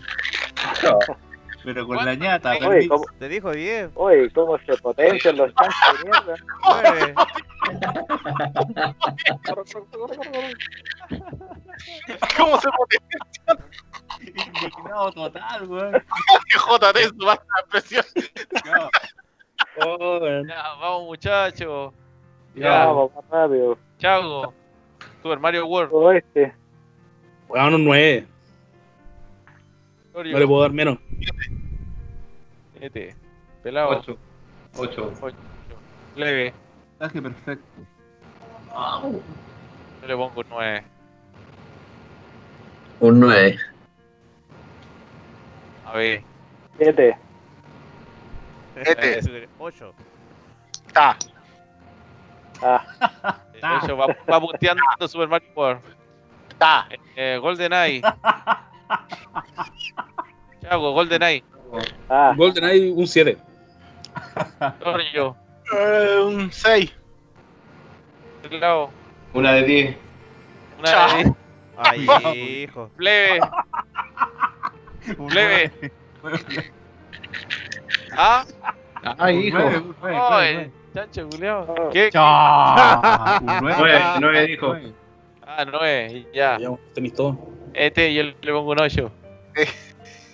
Speaker 4: Pero con la ñata,
Speaker 5: Oye, ¿cómo,
Speaker 10: Te dijo 10,
Speaker 5: oye, ¿cómo se potencian los chances de mierda?
Speaker 10: 9.
Speaker 2: ¿Cómo se pone
Speaker 4: indignado total, weón.
Speaker 2: que JT su baja de presión?
Speaker 1: Ya, vamos muchachos. Ya,
Speaker 5: Vamos, más rápido.
Speaker 1: Chago. Super Mario World.
Speaker 5: Todo este.
Speaker 7: Weón, un 9. No le puedo dar menos.
Speaker 1: Este. Pelado.
Speaker 3: Ocho. Ocho.
Speaker 1: Leve.
Speaker 4: Mensaje perfecto.
Speaker 1: Yo le pongo un 9.
Speaker 6: Un 9.
Speaker 1: A ver. Eh,
Speaker 5: 7.
Speaker 2: Este.
Speaker 10: 8.
Speaker 2: Está.
Speaker 5: Ah,
Speaker 1: Eso va, va punteando Super Mario World.
Speaker 2: Está.
Speaker 1: Eh, GoldenEye. Chago, GoldenEye.
Speaker 5: ah.
Speaker 7: GoldenEye, un 7.
Speaker 1: Giorgio.
Speaker 2: Eh, un 6.
Speaker 1: Pelado.
Speaker 3: Una de diez.
Speaker 1: Una
Speaker 2: Chao.
Speaker 1: de 10.
Speaker 10: Ay, hijo.
Speaker 1: Leve. Leve. Ah.
Speaker 3: Ay, hijo.
Speaker 1: Ay, Oh, chancho,
Speaker 7: Oh.
Speaker 1: culiao. ¿Qué?
Speaker 4: Chao.
Speaker 3: Nueve, nueve dijo.
Speaker 1: Ah, 9. Ya.
Speaker 7: Ya tenéis todo.
Speaker 1: Este yo le pongo un 8.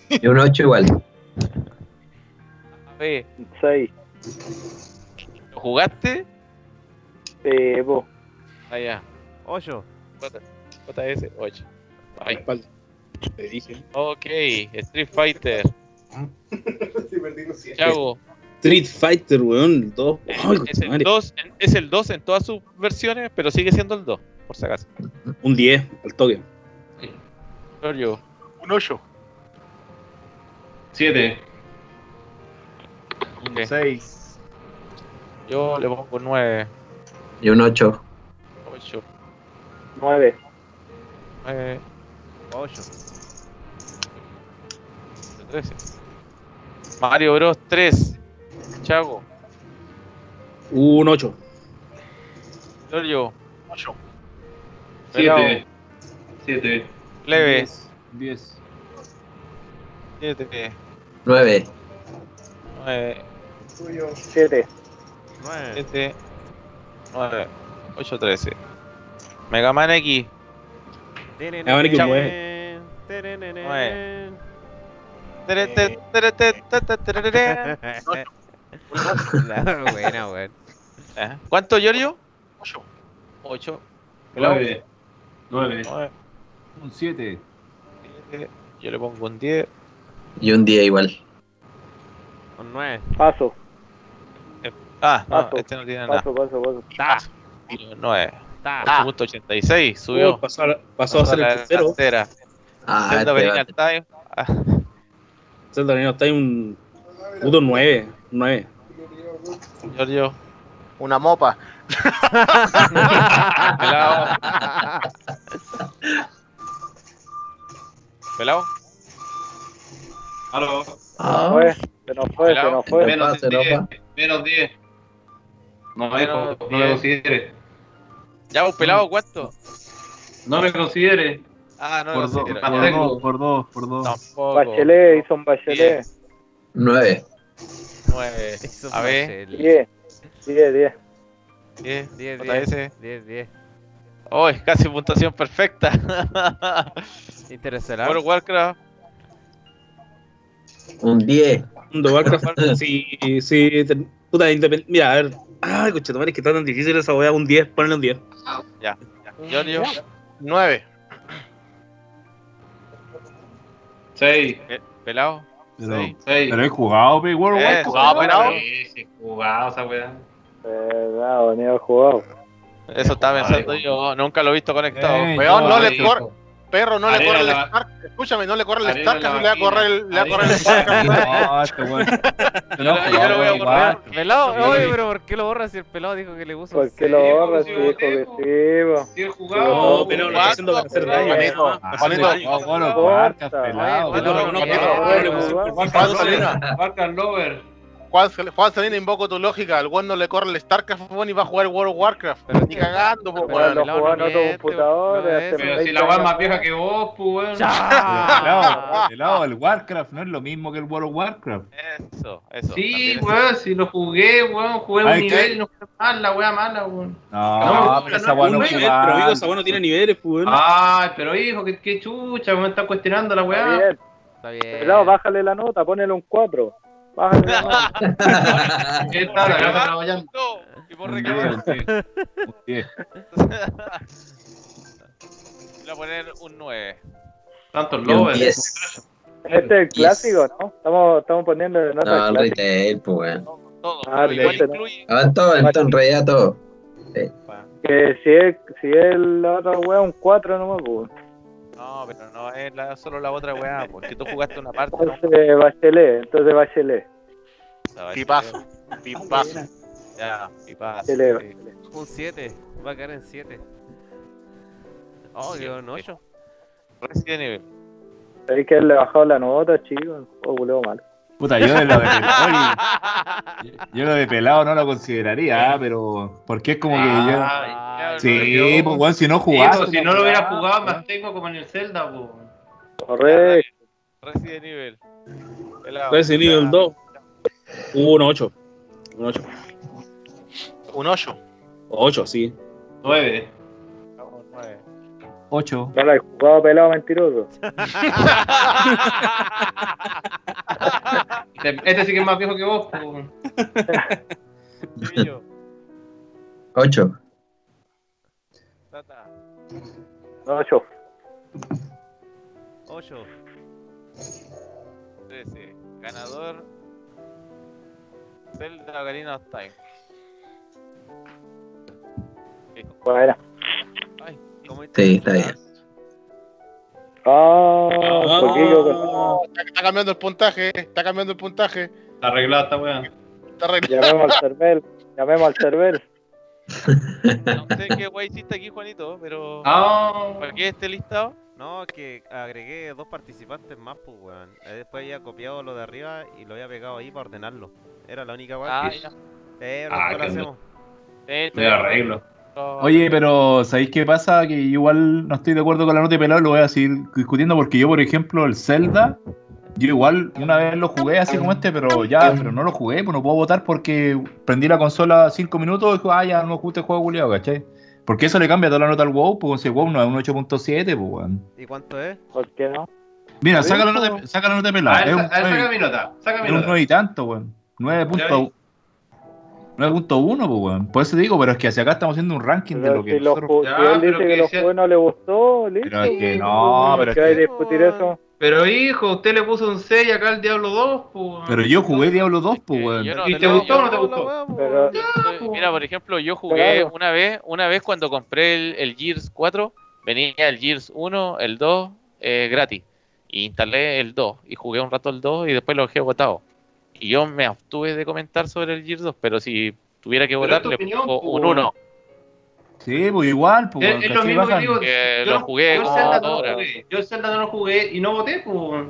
Speaker 6: Y un 8 igual.
Speaker 1: A ver.
Speaker 5: 6.
Speaker 1: ¿Lo jugaste? Ah,
Speaker 5: Sí, po.
Speaker 1: Allá.
Speaker 10: 8.
Speaker 1: JS 8.
Speaker 7: La
Speaker 1: Ay.
Speaker 7: espalda. Te dije.
Speaker 1: Ok, Street Fighter. Chago,
Speaker 7: Street Fighter, weón. 2. Ay,
Speaker 1: es el
Speaker 7: madre.
Speaker 1: 2, es el 2 en todas sus versiones, pero sigue siendo el 2, por si acaso.
Speaker 7: Un 10, al toque.
Speaker 1: Giorgio,
Speaker 2: Un 8.
Speaker 3: Siete.
Speaker 1: ok,
Speaker 4: Seis.
Speaker 1: yo le pongo 9,
Speaker 6: Y un 8.
Speaker 1: 8,
Speaker 5: 9.
Speaker 1: 9,
Speaker 10: 8.
Speaker 1: 13. Mario Bros 3. Chago,
Speaker 7: Un 8.
Speaker 1: Giorgio,
Speaker 2: 8.
Speaker 3: Siete. Siete.
Speaker 1: Leve,
Speaker 4: Diez.
Speaker 1: 7,
Speaker 6: 9.
Speaker 1: 9,
Speaker 5: 7.
Speaker 10: 9.
Speaker 1: 7, 9, 8, 13. Mega Man X,
Speaker 7: Ahora que
Speaker 1: Tere, te, tere, te, te, te, tere, tere.
Speaker 10: La buena, weón.
Speaker 1: Eh, ¿Cuánto, Giorgio?
Speaker 2: 8.
Speaker 1: 8.
Speaker 3: Nueve. Nueve.
Speaker 4: Un siete.
Speaker 1: Yo le pongo un 10.
Speaker 6: Y un 10 igual.
Speaker 10: Un 9.
Speaker 5: Paso.
Speaker 1: Ah, no,
Speaker 5: Paso,
Speaker 1: este no tiene
Speaker 5: Paso, paso, paso.
Speaker 10: Ta,
Speaker 1: nada. No es.
Speaker 10: ta.
Speaker 1: 8.86 subió.
Speaker 7: pasó, a, pasó a ser el
Speaker 1: la
Speaker 7: tercero.
Speaker 1: tercera.
Speaker 6: Ah,
Speaker 1: Zelda
Speaker 6: este
Speaker 1: Ocarina
Speaker 6: va-
Speaker 1: of Time. Ah,
Speaker 7: Zelda Ocarina of Time, un puto 9. 9.
Speaker 1: Giorgio.
Speaker 2: Una mopa.
Speaker 1: Pelado. Pelado.
Speaker 3: Aló.
Speaker 6: Ah,
Speaker 5: Fue, se nos fue, se nos fue.
Speaker 6: Menos
Speaker 3: Menos
Speaker 6: pase, no
Speaker 3: 10.
Speaker 6: pa.
Speaker 3: Menos 10. No,
Speaker 1: Menos
Speaker 3: viejo, no me
Speaker 1: 10.
Speaker 3: considere.
Speaker 1: Ya, vos, pelado, ¿cuánto?
Speaker 3: No me considere.
Speaker 1: Ah, no,
Speaker 4: Por
Speaker 1: no,
Speaker 4: dos,
Speaker 1: sí,
Speaker 4: por
Speaker 3: Tengo.
Speaker 4: dos, por dos, por dos.
Speaker 1: Tampoco.
Speaker 5: Bachelet hizo un bachelet.
Speaker 6: Nueve.
Speaker 1: Nueve.
Speaker 10: Eso
Speaker 1: A
Speaker 10: fue
Speaker 1: ver.
Speaker 10: el-
Speaker 5: 10, 10, 10.
Speaker 1: Diez.
Speaker 10: 10,
Speaker 1: Otra
Speaker 10: 10,
Speaker 1: vez.
Speaker 10: 10, 10.
Speaker 1: Oh, es casi puntuación perfecta.
Speaker 10: Interestelar.
Speaker 1: World of Warcraft.
Speaker 6: Un diez.
Speaker 7: Mundo Warcraft, sí, sí, te- puta, independ- mira, a ver, ay, cochetumare, es que está tan difícil esa weá, un 10, ponle un 10.
Speaker 1: Giorgio.
Speaker 2: 9.
Speaker 3: 6.
Speaker 1: Pe- Pelado.
Speaker 4: Pero,
Speaker 1: Sí.
Speaker 4: pero he jugado, pe, World
Speaker 1: Eh,
Speaker 4: War.
Speaker 2: jugado, pelado.
Speaker 3: Sí, sí, jugado esa weá.
Speaker 5: Verdad, bonito jugado.
Speaker 1: Eso estaba
Speaker 3: Ay,
Speaker 1: pensando
Speaker 3: weón.
Speaker 1: yo. Nunca lo he visto conectado. Pues,
Speaker 4: Eh,
Speaker 2: Weón, no le
Speaker 3: sí,
Speaker 2: corre. Perro, no le
Speaker 3: Arena
Speaker 2: corre el
Speaker 3: la-
Speaker 2: Stark. Escúchame, no le corre el
Speaker 3: Arena
Speaker 2: Stark,
Speaker 3: la
Speaker 2: así le va a correr el, le va a
Speaker 3: vagina.
Speaker 2: correr el Stark.
Speaker 4: No, este weón. Yo
Speaker 3: Yo
Speaker 4: no he
Speaker 3: lo voy a
Speaker 4: jugado,
Speaker 3: borrar.
Speaker 4: weón.
Speaker 10: Pelado,
Speaker 3: Yo lo
Speaker 10: oye,
Speaker 3: vi.
Speaker 10: pero ¿por qué lo borras si el pelado dijo que le gusta? un
Speaker 5: ¿Por qué
Speaker 10: seis?
Speaker 5: lo
Speaker 3: Sí,
Speaker 5: borras?
Speaker 3: sí,
Speaker 5: Sí, dijo que
Speaker 3: botejo.
Speaker 5: sí, po.
Speaker 3: Sí, he
Speaker 5: No,
Speaker 3: jugado.
Speaker 5: pero
Speaker 7: lo está haciendo para hacer daño.
Speaker 2: Juanito,
Speaker 7: nada más, para hacer
Speaker 2: Juanito,
Speaker 7: daño.
Speaker 4: No, World of Warcraft, pelado.
Speaker 10: Oye,
Speaker 7: No, no, no, no, no, le puso-
Speaker 5: Juan
Speaker 7: Warcraft
Speaker 2: Salinas.
Speaker 7: Lover.
Speaker 3: Warcraft Lover.
Speaker 2: Juan, Sal- Juan Salina, invoco tu lógica. Al weón no le corre el StarCraft, weón, y va a jugar World of Warcraft.
Speaker 10: Pero-
Speaker 2: Ni cagando, po,
Speaker 10: Pero
Speaker 2: weón.
Speaker 10: pelado
Speaker 5: lo jugaba en
Speaker 10: no
Speaker 5: otro
Speaker 10: miente,
Speaker 5: computador,
Speaker 10: no
Speaker 5: hace
Speaker 10: es.
Speaker 3: Pero si la weá es más vieja que vos, pues weón.
Speaker 4: Pelado,
Speaker 10: ¡Chao!
Speaker 4: pelado, el Warcraft no es lo mismo que el World of Warcraft.
Speaker 1: Eso, eso.
Speaker 3: Sí,
Speaker 1: también es
Speaker 3: weón, si lo jugué, weón, jugué un
Speaker 4: Ay,
Speaker 3: nivel
Speaker 4: ¿qué?
Speaker 3: y no fue mal, la weá mala, weón.
Speaker 4: No, pero esa weá
Speaker 7: Un
Speaker 4: no Ah,
Speaker 7: nueve,
Speaker 4: es
Speaker 7: pero amigo, esa
Speaker 4: jugando.
Speaker 7: weá no tiene niveles, pues. weón.
Speaker 3: Ay, pero hijo, qué, qué chucha, me está cuestionando la
Speaker 5: Está
Speaker 3: weá.
Speaker 5: bien.
Speaker 10: Está bien.
Speaker 5: Pelado, bájale la nota, ponele un 4. Bájale la nota.
Speaker 3: ¿Qué tal? Acá está trabajando.
Speaker 1: No, y por
Speaker 4: Un
Speaker 1: reclamar.
Speaker 4: diez, un diez, un diez.
Speaker 1: Voy a poner un 9.
Speaker 3: Tantos
Speaker 6: Y un
Speaker 3: lovers.
Speaker 6: diez.
Speaker 5: Este es el clásico, ¿no? Estamos, estamos poniendo de nota
Speaker 6: No,
Speaker 5: el
Speaker 6: el
Speaker 5: clásico.
Speaker 6: retail, pues, weón.
Speaker 1: Todo.
Speaker 5: Ah,
Speaker 1: pero igual
Speaker 5: este no.
Speaker 1: incluye.
Speaker 6: Ah, todo, entonces, ya todo.
Speaker 5: Que si es, si es la otra wea, un 4 nomás, pues.
Speaker 1: No, pero no es la- solo la otra weá, porque tú jugaste una parte. ¿no?
Speaker 5: Entonces, Bachelet, entonces Bachelet.
Speaker 2: Tipazo. Tipazo.
Speaker 1: Ya, pipazo.
Speaker 5: Bachelet,
Speaker 1: sí.
Speaker 5: Bachelet.
Speaker 10: Un 7. Va a caer en 7. Oh,
Speaker 1: Siete.
Speaker 10: quedó en 8.
Speaker 1: Resident Evil.
Speaker 5: Hay que le bajado la nota, chico. Oh, culeo mal.
Speaker 4: Puta, yo de lo de pelado, oye, yo lo de pelado no lo consideraría, ah, pero porque es como que yo.
Speaker 10: Ah,
Speaker 3: Ay,
Speaker 4: Sí, pues weón, si no
Speaker 3: Sí,
Speaker 4: jugás.
Speaker 3: pues, si no lo hubiera jugado, más tengo como en el Zelda, pues.
Speaker 5: Correcto.
Speaker 1: Resident Evil. Pelado.
Speaker 7: Resident Evil 2, hubo Uh, un 8. Un 8.
Speaker 2: Un hoyo.
Speaker 7: 8, sí.
Speaker 3: 9.
Speaker 1: Un nueve.
Speaker 4: 8.
Speaker 5: No la he jugado pelado mentiroso.
Speaker 3: Este este sí que es más viejo que vos, pues.
Speaker 1: Niño,
Speaker 6: Ocho.
Speaker 1: tata.
Speaker 5: No, yo.
Speaker 10: 8.
Speaker 1: 13. Ganador. Zelda Ocarina of Time.
Speaker 5: Bueno.
Speaker 1: Ay, ¿cómo
Speaker 6: Sí, está bien.
Speaker 5: Ah, poquillo con-
Speaker 2: Está, está cambiando el puntaje, está cambiando el puntaje.
Speaker 3: Está arreglada esta weá.
Speaker 2: Está arreglado.
Speaker 5: Llamemos al Cervel. Llamemos al Cervel.
Speaker 1: No sé qué guay hiciste aquí, Juanito, pero.
Speaker 3: Ah,
Speaker 1: ¿Para qué este listado?
Speaker 10: No, que agregué dos participantes más, pues, weón. Eh, Después había copiado lo de arriba y lo había pegado ahí para ordenarlo. Era la única weá
Speaker 1: Ah,
Speaker 10: que.
Speaker 1: ya.
Speaker 10: Eh,
Speaker 3: Ah,
Speaker 10: ahora lo
Speaker 3: que-
Speaker 10: hacemos.
Speaker 1: Eh,
Speaker 3: me arreglo.
Speaker 4: Oye, pero ¿sabéis qué pasa? Que igual no estoy de acuerdo con la nota de pelado, lo voy a seguir discutiendo porque yo, por ejemplo, el Zelda, yo igual una vez lo jugué así como este, pero ya, pero no lo jugué, pues no puedo votar porque prendí la consola 5 minutos y dije, ah, ya no me gusta el juego culiado, ¿cachai? Porque eso le cambia toda la nota al WoW, pues si el WoW no es un 8.7, pues weón.
Speaker 10: ¿Y cuánto es?
Speaker 5: ¿Por qué no?
Speaker 4: Mira, saca la nota, de- saca la nota de pelado.
Speaker 3: A ver,
Speaker 4: es un
Speaker 3: sa- a ver,
Speaker 4: nueve-
Speaker 3: saca mi nota. Saca mi
Speaker 4: era un
Speaker 3: nota.
Speaker 4: 9 y tanto, weón. 9.1,
Speaker 3: ¿Ya
Speaker 4: pues, weón. Por eso digo, pero es que hacia acá estamos haciendo un ranking de
Speaker 5: Pero
Speaker 4: lo que.
Speaker 5: si, los
Speaker 4: nosotros-
Speaker 5: ju-
Speaker 3: Ya,
Speaker 5: si
Speaker 3: pero
Speaker 5: él dice
Speaker 3: que
Speaker 5: que los
Speaker 3: sea-
Speaker 5: juegos no le gustó, listo.
Speaker 4: Pero es que no, pero es
Speaker 5: ¿Qué hay
Speaker 4: que.
Speaker 5: discutir eso?
Speaker 3: Pero hijo, usted le puso un 6 acá al Diablo 2, pues.
Speaker 4: Pero yo jugué Diablo 2, pues, weón.
Speaker 1: Yo no-
Speaker 3: ¿Y te
Speaker 1: no,
Speaker 3: gustó o no te
Speaker 10: yo-
Speaker 3: gustó?
Speaker 10: la
Speaker 1: pues.
Speaker 10: weá,
Speaker 5: Pero-
Speaker 1: Yo- Mira, por ejemplo, yo jugué
Speaker 5: Claro.
Speaker 1: una vez, una vez cuando compré el, el Gears 4, venía el Gears 1, el 2, eh, gratis. Y instalé el 2 y jugué un rato el 2 y después lo dejé botado. Y yo me abstuve de comentar sobre el Gears 2, pero si tuviera que
Speaker 3: Pero es
Speaker 1: votar,
Speaker 3: tu
Speaker 1: le
Speaker 3: opinión,
Speaker 1: pongo
Speaker 3: po.
Speaker 1: un 1.
Speaker 4: Sí, pues igual, pues,
Speaker 3: Es-
Speaker 4: weón,
Speaker 3: es lo
Speaker 4: ¿cachai?
Speaker 3: mismo que
Speaker 4: Bajan-
Speaker 3: digo.
Speaker 1: que
Speaker 3: yo
Speaker 1: lo
Speaker 3: no-
Speaker 1: jugué
Speaker 3: yo el
Speaker 1: como
Speaker 3: Zelda
Speaker 1: dos
Speaker 3: no lo
Speaker 1: horas.
Speaker 3: jugué. Yo el Zelda no lo jugué y no voté, pues.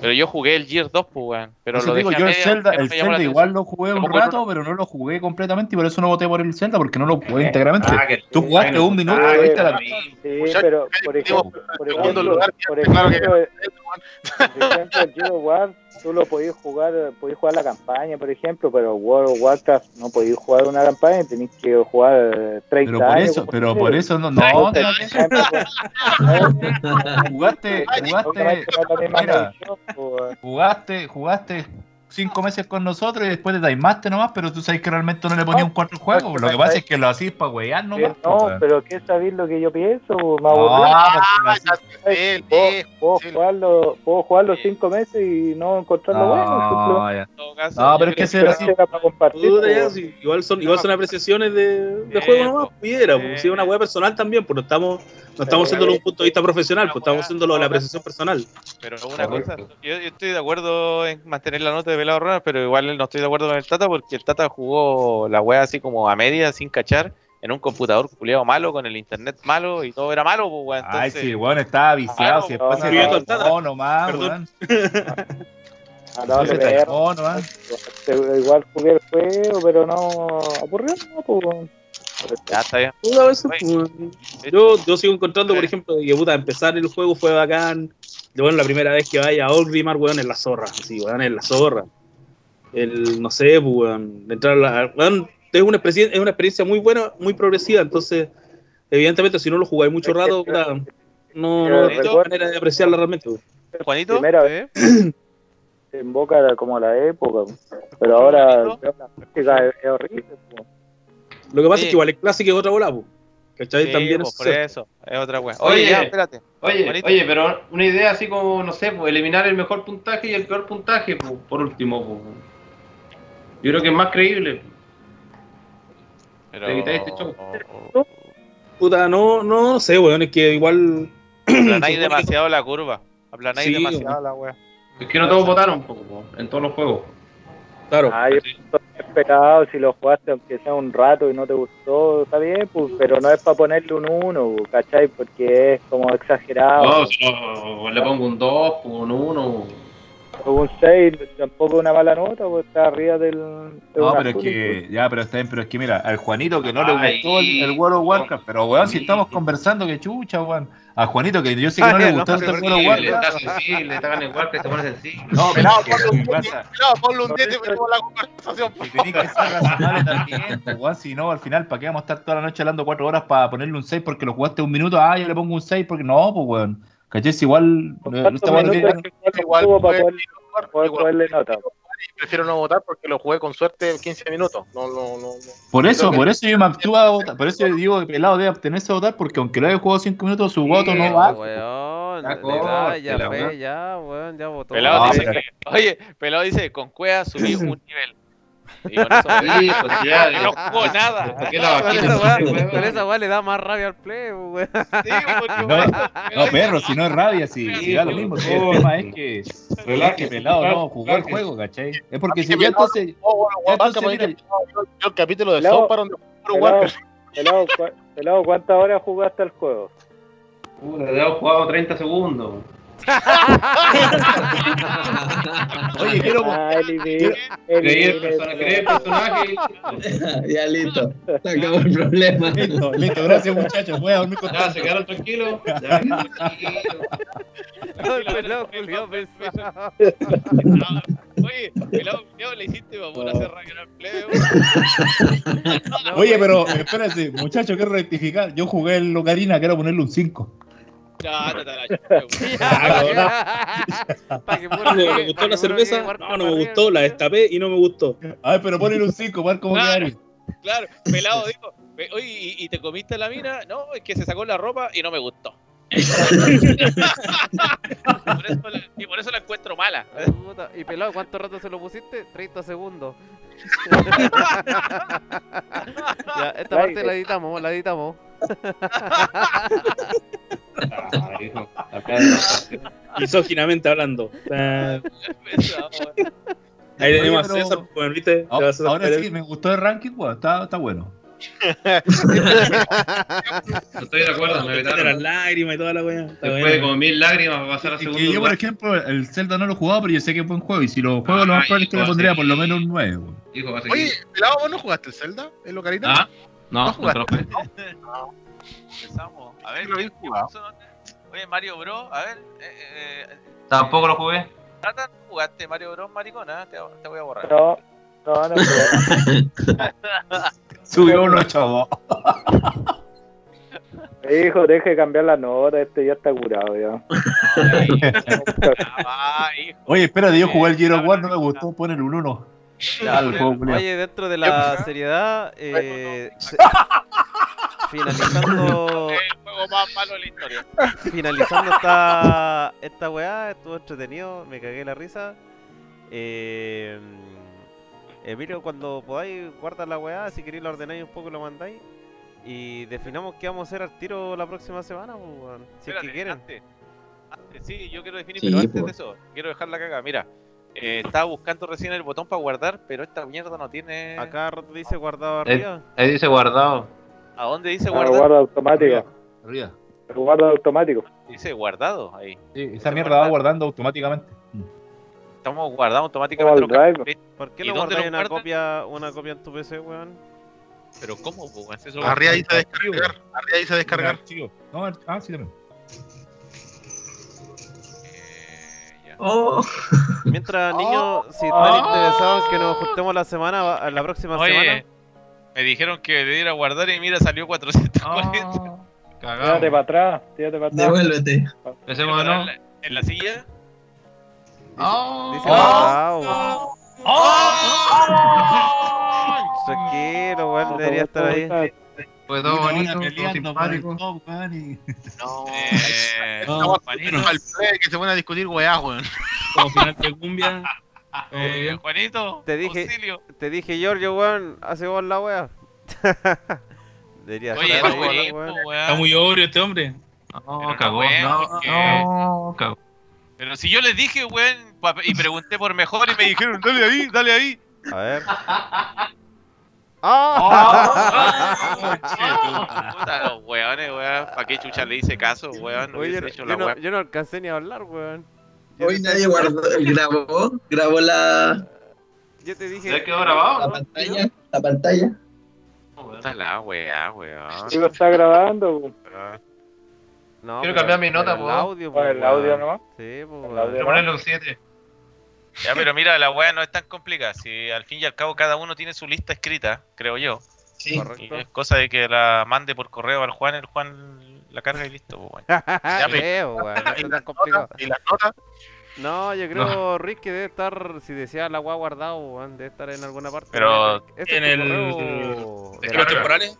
Speaker 1: Pero yo jugué el Gears 2, pues, weón. Pero
Speaker 4: Eso
Speaker 1: lo
Speaker 4: digo,
Speaker 1: dejé a
Speaker 4: yo el
Speaker 1: medias
Speaker 4: Zelda,
Speaker 1: porque no
Speaker 4: el
Speaker 1: me llamó la
Speaker 4: Zelda
Speaker 1: atención.
Speaker 4: igual lo jugué
Speaker 1: Pero
Speaker 4: un
Speaker 1: bueno.
Speaker 4: rato, pero no lo jugué completamente y por eso no voté por el Zelda, porque no lo jugué íntegramente.
Speaker 3: Ah, que-
Speaker 4: Tú jugaste
Speaker 3: bueno,
Speaker 4: un minuto,
Speaker 3: ah,
Speaker 4: viste la-
Speaker 3: que-
Speaker 5: Sí,
Speaker 2: Muchachos,
Speaker 5: pero por
Speaker 2: digo,
Speaker 5: ejemplo, por
Speaker 2: segundo
Speaker 5: ejemplo,
Speaker 2: lugar,
Speaker 5: por
Speaker 2: claro que-
Speaker 5: ejemplo, por ejemplo, el Gears of War, tú lo podías jugar, podías jugar la campaña, por ejemplo, pero World of Warcraft no podías jugar una campaña y tenés que jugar eh, 30
Speaker 4: Pero por
Speaker 5: años.
Speaker 4: eso,
Speaker 5: como
Speaker 4: pero
Speaker 5: si-
Speaker 4: por eso no, no,
Speaker 5: Por ejemplo, pues,
Speaker 4: no, jugaste, jugaste,
Speaker 5: obviamente no es la misma
Speaker 4: mira.
Speaker 5: medición, pues,
Speaker 4: jugaste, jugaste cinco meses con nosotros y después te taimaste nomás, pero tú sabes que realmente no le ponías un cuarto juego. Lo que pasa es que lo hacís para wear nomás.
Speaker 5: No,
Speaker 4: po, weón.
Speaker 5: pero ¿qué sabéis lo que yo pienso? pues, Me aburrí.
Speaker 4: Ah, porque lo hacís-
Speaker 2: Él,
Speaker 5: puedo,
Speaker 2: eh,
Speaker 5: puedo
Speaker 2: sí.
Speaker 5: jugarlo, puedo jugar los
Speaker 1: Sí.
Speaker 5: cinco meses y no encontrarlo bueno.
Speaker 4: Ah, ya.
Speaker 1: En todo caso,
Speaker 4: No,
Speaker 1: yo
Speaker 4: pero es que
Speaker 1: creo
Speaker 4: ese era
Speaker 5: Pero
Speaker 4: así.
Speaker 5: si era para compartir,
Speaker 7: Puta, ya,
Speaker 5: pues,
Speaker 7: sí, igual son igual son apreciaciones de, de
Speaker 1: Sí,
Speaker 7: juego nomás, pues,
Speaker 1: po.
Speaker 7: pudiera,
Speaker 1: Sí.
Speaker 7: si es una weá personal también, pues no estamos, no estamos haciéndolo desde un punto de vista profesional, pues estamos haciéndolo de la apreciación personal.
Speaker 1: Pero una cosa, yo, yo estoy de acuerdo en mantener la nota de Pelado Ronald, pero igual no estoy de acuerdo con el Tata porque el Tata jugó la wea así como a media, sin cachar, en un computador culiado malo, con el internet malo y todo era malo, pues weón.
Speaker 4: Ay,
Speaker 1: Entonces,
Speaker 4: sí, weón, estaba viciado.
Speaker 1: Claro,
Speaker 4: Si
Speaker 5: no,
Speaker 4: después
Speaker 5: no,
Speaker 4: se
Speaker 5: no,
Speaker 4: taimó nomás,
Speaker 7: Perdón.
Speaker 4: weón.
Speaker 5: a la hora
Speaker 4: Después
Speaker 5: de
Speaker 4: se
Speaker 5: leer,
Speaker 4: taimó nomás.
Speaker 5: Pero igual jugué el juego, pero no aburrió, no, pues.
Speaker 1: ya está bien.
Speaker 7: Puta, a veces,
Speaker 1: Bueno.
Speaker 7: pues, yo, yo sigo encontrando, por ejemplo, que puta, empezar el juego fue bacán. Y, Bueno, la primera vez que vaya a Orgrimmar, weón, es la zorra. Sí, weón, es la zorra. El, no sé, pues, weón, entrar a la, weón, es una, experiencia, es una experiencia muy buena, muy progresiva. Entonces, evidentemente, si no lo jugáis mucho rato, puta, no, no, hay
Speaker 5: Recuerda-
Speaker 7: manera de apreciarla realmente. weón.
Speaker 1: Juanito,
Speaker 5: Primera vez
Speaker 10: ¿eh?
Speaker 5: que en Boca era como la época, pues. pero ahora
Speaker 1: bonito?
Speaker 5: creo que la música es, es horrible. pues.
Speaker 7: Lo que pasa
Speaker 1: Sí.
Speaker 7: es que igual el clásico es otra bola, pues. ¿Cachai?
Speaker 1: sí,
Speaker 7: También
Speaker 1: pues,
Speaker 7: es
Speaker 1: por
Speaker 7: cierto.
Speaker 1: eso, es otra wea.
Speaker 3: Oye,
Speaker 1: Oye, ya, espérate.
Speaker 3: Oye,
Speaker 1: Bonito.
Speaker 3: oye, pero una idea así como, no sé, pues, eliminar el mejor puntaje y el peor puntaje, pues, por último. Pues. Yo creo que es más creíble.
Speaker 1: Pero...
Speaker 3: Te quitáis este show.
Speaker 7: Puta, no, no, no sé, weón, es que igual.
Speaker 1: Aplanáis demasiado la curva. Aplanáis
Speaker 7: Sí,
Speaker 1: demasiado la wea.
Speaker 3: Es que no todos votaron un poco, pues, en todos los juegos.
Speaker 7: Claro.
Speaker 1: Ah,
Speaker 5: Ay, es pecado si lo jugaste aunque sea un rato y no te gustó, está bien, pues, pero no es para ponerle un uno, pues, ¿cachai? Porque es como exagerado.
Speaker 3: No, si no, le pongo un 2, pues, un 1.
Speaker 5: Un 6 tampoco es una mala nota, pues está arriba del. de
Speaker 4: No,
Speaker 5: una
Speaker 4: pero es
Speaker 5: azul,
Speaker 4: que, ya, pero está bien, pero es que mira, al Juanito que no le
Speaker 3: Ay,
Speaker 4: gustó el, el World of Warcraft, pero weón, si
Speaker 3: sí.
Speaker 4: estamos conversando, que chucha, weón. A Juanito que yo sé que no le
Speaker 10: Ay,
Speaker 4: gustó
Speaker 10: no,
Speaker 4: el
Speaker 10: pero
Speaker 4: World of Warcraft.
Speaker 3: está sensible, está en el que se pone sensible.
Speaker 4: No, pero
Speaker 2: No,
Speaker 4: es que
Speaker 2: ponle un-
Speaker 4: pasa,
Speaker 2: No, ponle un 10 y metemos la conversación.
Speaker 4: que tenés que ser razonable también, pues, weón, si no, al final, ¿para qué vamos a estar toda la noche hablando cuatro horas para ponerle un 6 porque lo jugaste un minuto? Ah, yo le pongo un 6 porque no, pues weón. ¿Cachai? Si igual
Speaker 5: pues.
Speaker 4: eh,
Speaker 5: ¿Cuántos
Speaker 4: esta weá no
Speaker 5: minutos
Speaker 4: tiene-
Speaker 5: es que no
Speaker 2: Igual
Speaker 5: tuvo para
Speaker 2: fue-
Speaker 5: poder- poder
Speaker 2: Igual,
Speaker 5: ponerle nota?
Speaker 2: prefiero no votar porque lo jugué con suerte 15 minutos. No, no, no. no.
Speaker 4: Por
Speaker 2: Creo
Speaker 4: eso,
Speaker 2: que-
Speaker 4: por eso yo me abstuve a votar, por eso yo digo que pelado debe abstenerse a votar, porque aunque lo haya jugado 5 minutos, su
Speaker 3: Sí,
Speaker 4: voto no va.
Speaker 10: Weón,
Speaker 4: Ya,
Speaker 10: de
Speaker 4: corte,
Speaker 10: verdad, ya
Speaker 4: la
Speaker 10: fue,
Speaker 4: weá.
Speaker 10: ya, weón, ya votó.
Speaker 1: Pelado
Speaker 3: Ah,
Speaker 4: No,
Speaker 1: dice
Speaker 4: pero-
Speaker 1: que- Oye, Pelado dice, con cuea subí un nivel. Y con eso-
Speaker 3: Sí, pues, ya,
Speaker 1: y no jugó nada.
Speaker 3: ¿Qué la
Speaker 10: Con
Speaker 3: vaquita?
Speaker 10: esa weá-
Speaker 3: Weón.
Speaker 10: con esa weá le da más rabia al play, weón.
Speaker 1: Sí, pues, porque,
Speaker 4: No,
Speaker 1: weón,
Speaker 4: No, perro, si no es rabia, si, si da lo mismo. Si el tema es que, es que pelado no jugó el juego, ¿cachai? Es porque si ya entonces.
Speaker 2: Oh, bueno,
Speaker 4: Ya,
Speaker 2: Warcraft,
Speaker 4: entonces,
Speaker 2: porque yo, yo el capítulo de
Speaker 5: Luego-
Speaker 2: South Park donde jugó
Speaker 5: Pelado,
Speaker 2: Warcraft.
Speaker 5: pelado, cua- pelado, ¿cuántas horas jugaste al juego?
Speaker 3: Puta, le he jugado 30 segundos.
Speaker 4: Oye, quiero.
Speaker 5: Ah, elimine,
Speaker 3: Creí el
Speaker 5: elimine,
Speaker 3: persona- creí el personaje.
Speaker 6: ya listo, se acabó el problema.
Speaker 4: Listo, listo, gracias muchachos. Voy a dormir con
Speaker 3: Ya, se quedaron tranquilos. Ya, tranquilos.
Speaker 10: El pelado culiao pensado.
Speaker 1: Oye, pelado, culiao, le hiciste para poder hacer rabia al plebe,
Speaker 10: No,
Speaker 4: Oye,
Speaker 10: weón.
Speaker 4: pero espérense, muchachos, quiero rectificar. Yo jugué el Locarina, quiero ponerle un 5.
Speaker 1: No, no, no, la chucha, weón.
Speaker 10: Pa' que puro
Speaker 7: No
Speaker 10: quede-
Speaker 7: me
Speaker 10: pa'
Speaker 7: gustó
Speaker 10: que
Speaker 7: la
Speaker 10: puro
Speaker 7: cerveza,
Speaker 10: quede cuarto
Speaker 7: no, no
Speaker 10: para
Speaker 7: me
Speaker 10: arriba.
Speaker 7: gustó, la destapé y no me gustó.
Speaker 4: Ay, pero ponle un 5, ver cómo
Speaker 1: Claro.
Speaker 4: quedaron.
Speaker 1: Claro, pelado dijo, "Pe- oye, ¿y, y te comiste la mina? No, es que se sacó la ropa y no me gustó. por eso la- y por eso la encuentro mala.
Speaker 10: Puta, Y pelado, ¿cuánto rato se lo pusiste? 30 segundos. ya, esta parte la editamos, la editamos.
Speaker 3: Ah, hijo, acá es-
Speaker 7: Misóginamente hablando. Ah, Ahí tenemos
Speaker 4: Oye, pero-
Speaker 7: a César, pues, ¿viste? Te vas a
Speaker 4: ahora
Speaker 7: sacar
Speaker 4: sí,
Speaker 7: el-
Speaker 4: me gustó el ranking, weón. Está, está bueno.
Speaker 3: no estoy de acuerdo, me
Speaker 7: de las
Speaker 3: vetaron.
Speaker 7: lágrimas y toda la weá. Está
Speaker 3: Después de
Speaker 7: bueno.
Speaker 3: como mil lágrimas va a pasar a
Speaker 4: Es
Speaker 3: segundo
Speaker 4: que yo, por
Speaker 3: lugar.
Speaker 4: ejemplo, el Zelda no lo he jugado, pero yo sé que es buen juego. Y si lo juego, lo más
Speaker 3: Ay,
Speaker 4: probable es que le
Speaker 3: no,
Speaker 4: pondría
Speaker 3: sí.
Speaker 4: por lo menos un 9, weón.
Speaker 3: Hijo, va a seguir.
Speaker 2: Oye, pelado, ¿vos no jugaste el Zelda? ¿El Ocarina?
Speaker 3: Ah,
Speaker 2: No
Speaker 3: no, no te lo
Speaker 2: jugaste.
Speaker 3: jugué.
Speaker 1: Empezamos. A ver,
Speaker 2: Sí, lo vi
Speaker 1: ¿qué- qué
Speaker 2: jugado.
Speaker 1: pasó? Oye, Mario Bros, a ver. Eh, eh,
Speaker 3: Tampoco lo jugué.
Speaker 1: Nathan, jugaste Mario Bros, maricona. Te, te voy a borrar.
Speaker 5: No, no, no. pero-
Speaker 4: Subió uno, chavo.
Speaker 5: Hijo, deje de cambiar la nota, este ya está curado ya.
Speaker 1: Ay, ah, hijo.
Speaker 4: Oye, espérate, yo jugué el Giro War, no me gustó poner un 1. Ya, el juego, culiao.
Speaker 10: Oye, dentro de la seriedad, eh, se- finalizando,
Speaker 1: El juego más malo de la historia.
Speaker 10: finalizando esta, esta weá, estuvo entretenido, me cagué la risa. Eh, Emilio, cuando podáis, guarda la weá, si queréis la ordenáis un poco y lo mandáis. Y definamos qué vamos a hacer al tiro la próxima semana, pues, weón, si es que
Speaker 1: Espérate,
Speaker 10: quieren.
Speaker 1: antes- antes, sí, yo quiero definir,
Speaker 6: Sí,
Speaker 1: pero antes
Speaker 6: po.
Speaker 1: de eso, quiero dejar la caga. Mira, eh, estaba buscando recién el botón para guardar, pero esta mierda no tiene.
Speaker 10: Acá rato dice guardado
Speaker 3: Eh,
Speaker 10: arriba.
Speaker 3: Ahí dice guardado.
Speaker 1: ¿A dónde dice
Speaker 5: Ah,
Speaker 1: guardar?
Speaker 5: guarda automático.
Speaker 4: Arriba.
Speaker 5: Guarda automático.
Speaker 1: Dice guardado ahí.
Speaker 4: Sí, esa mierda va guardando automáticamente.
Speaker 1: Estamos guardando
Speaker 5: Como
Speaker 1: automáticamente.
Speaker 5: al
Speaker 1: los cartuchos.
Speaker 5: drive.
Speaker 10: ¿Por qué
Speaker 1: ¿y
Speaker 10: no
Speaker 1: dónde lo
Speaker 10: guardáis una
Speaker 1: guardan?
Speaker 10: copia, una copia en tu PC, weón?
Speaker 1: Pero ¿cómo? po, weón? Si eso-
Speaker 2: Arriba dice descargar. Arriba dice descargar.
Speaker 4: Archivo. No, ar- ah, sí, también.
Speaker 1: Eh, ya.
Speaker 6: Oh,
Speaker 10: Mientras, niños, si están interesados en que nos juntemos la semana, va- la próxima
Speaker 1: Oye,
Speaker 10: semana.
Speaker 1: me dijeron que le diera a guardar y mira, salió 440.
Speaker 10: Ah.
Speaker 5: Tírate
Speaker 3: Cagado.
Speaker 5: para atrás, tírate para atrás.
Speaker 6: devuélvete.
Speaker 3: Empecemos de nuevo.
Speaker 1: en, la, en la silla.
Speaker 10: Dice
Speaker 1: Oh.
Speaker 3: Ah.
Speaker 10: guardado, weón. Tranquilo,
Speaker 1: Oh,
Speaker 10: weón, debería estar ahí.
Speaker 3: Fue todo
Speaker 4: Una hora
Speaker 3: bonito, todo
Speaker 4: peleando por el
Speaker 3: simpático.
Speaker 4: top, weón, y-
Speaker 1: Eh,
Speaker 7: No,
Speaker 1: Juanito,
Speaker 2: Al play, que se van a discutir, weá, weón.
Speaker 7: como final de cumbia.
Speaker 1: eh, Juanito,
Speaker 10: Te dije-
Speaker 1: auxilio.
Speaker 10: Te dije, Giorgio, weón, hace vos la wea. debería
Speaker 1: Oye,
Speaker 10: estar
Speaker 1: no,
Speaker 10: ahí,
Speaker 1: weón,
Speaker 10: weón.
Speaker 1: po, weón.
Speaker 7: Está muy obvio este hombre.
Speaker 1: Pero
Speaker 3: No,
Speaker 1: no,
Speaker 3: cagó.
Speaker 1: weón,
Speaker 3: No,
Speaker 1: porque-
Speaker 3: no, cagó.
Speaker 1: Pero si yo les dije, weón, pa- y pregunté por mejor y me dijeron, dale ahí, dale ahí.
Speaker 10: A ver.
Speaker 1: Oh,
Speaker 10: ¡Ah!
Speaker 1: Puta, los weones, weón. ¿Para qué chucha le hice caso, weón? No
Speaker 10: Oye,
Speaker 1: hubiese
Speaker 10: no-
Speaker 1: hecho
Speaker 10: yo,
Speaker 1: la
Speaker 10: no,
Speaker 1: weá.
Speaker 10: yo no alcancé ni a hablar, weón. Yo
Speaker 6: Hoy
Speaker 10: te-
Speaker 6: nadie guardó, grabó, grabó la,
Speaker 10: Yo te dije.
Speaker 3: ¿Ya quedó grabado?
Speaker 6: la
Speaker 3: no?
Speaker 6: pantalla. La pantalla.
Speaker 2: Ah.
Speaker 1: Puta la weá, weón.
Speaker 5: Lo está grabando pues.
Speaker 10: No,
Speaker 3: Quiero
Speaker 10: pero-
Speaker 3: cambiar mi nota,
Speaker 10: pero
Speaker 3: po.
Speaker 10: El audio, po,
Speaker 5: con Pues el
Speaker 10: weón.
Speaker 5: audio nomás.
Speaker 10: Sí, po,
Speaker 5: El
Speaker 10: weón.
Speaker 5: audio.
Speaker 3: Quiero ponerle un 7.
Speaker 1: Ya, pero mira, la weá no es tan complicada. Si al fin y al cabo cada uno tiene su lista escrita, creo yo.
Speaker 6: Sí.
Speaker 1: Y es cosa de que la mande por correo al Juan, el Juan la carga y listo, pues, weón.
Speaker 10: Ya,
Speaker 2: pero-
Speaker 10: creo, weón, no está tan complicado.
Speaker 2: Y las notas.
Speaker 10: No, yo creo, Rick, que debe estar, si decía la agua guardado, weón, debe estar en alguna parte.
Speaker 1: Pero
Speaker 10: Ese
Speaker 7: en
Speaker 10: es tu
Speaker 7: el-
Speaker 10: correo de
Speaker 7: ¿De
Speaker 10: la-
Speaker 7: los temporales?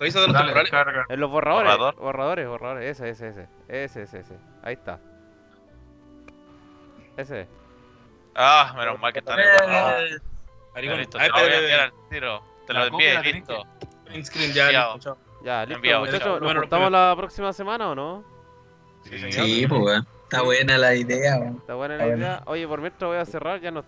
Speaker 7: ¿Revisa de los
Speaker 3: Dale,
Speaker 7: temporales?
Speaker 3: descarga.
Speaker 10: En los borradores,
Speaker 1: Borrador.
Speaker 10: borradores, borradores, ese, ese, ese, ese, ese, ese, ahí está. Ese,
Speaker 1: Ah, menos mal que está en el correo.
Speaker 7: Maricón,
Speaker 1: Listo,
Speaker 7: a
Speaker 1: te lo
Speaker 7: ver,
Speaker 1: voy a
Speaker 7: espera,
Speaker 1: enviar
Speaker 7: espera,
Speaker 1: al tiro. Te
Speaker 3: La
Speaker 1: lo
Speaker 3: copia
Speaker 1: envié,
Speaker 3: la tenés
Speaker 1: listo.
Speaker 7: print screen ya,
Speaker 1: Enviado.
Speaker 7: listo, chao.
Speaker 10: ya, listo,
Speaker 1: Enviado,
Speaker 10: muchachos,
Speaker 1: chao.
Speaker 10: ¿nos
Speaker 7: Bueno,
Speaker 10: juntamos la próxima semana o no?
Speaker 3: Sí, señor.
Speaker 6: Sí, pues, weón. Está buena la idea, weón.
Speaker 10: Está buena la
Speaker 6: Está bueno.
Speaker 10: idea. Oye, por mientras voy a cerrar, ya nos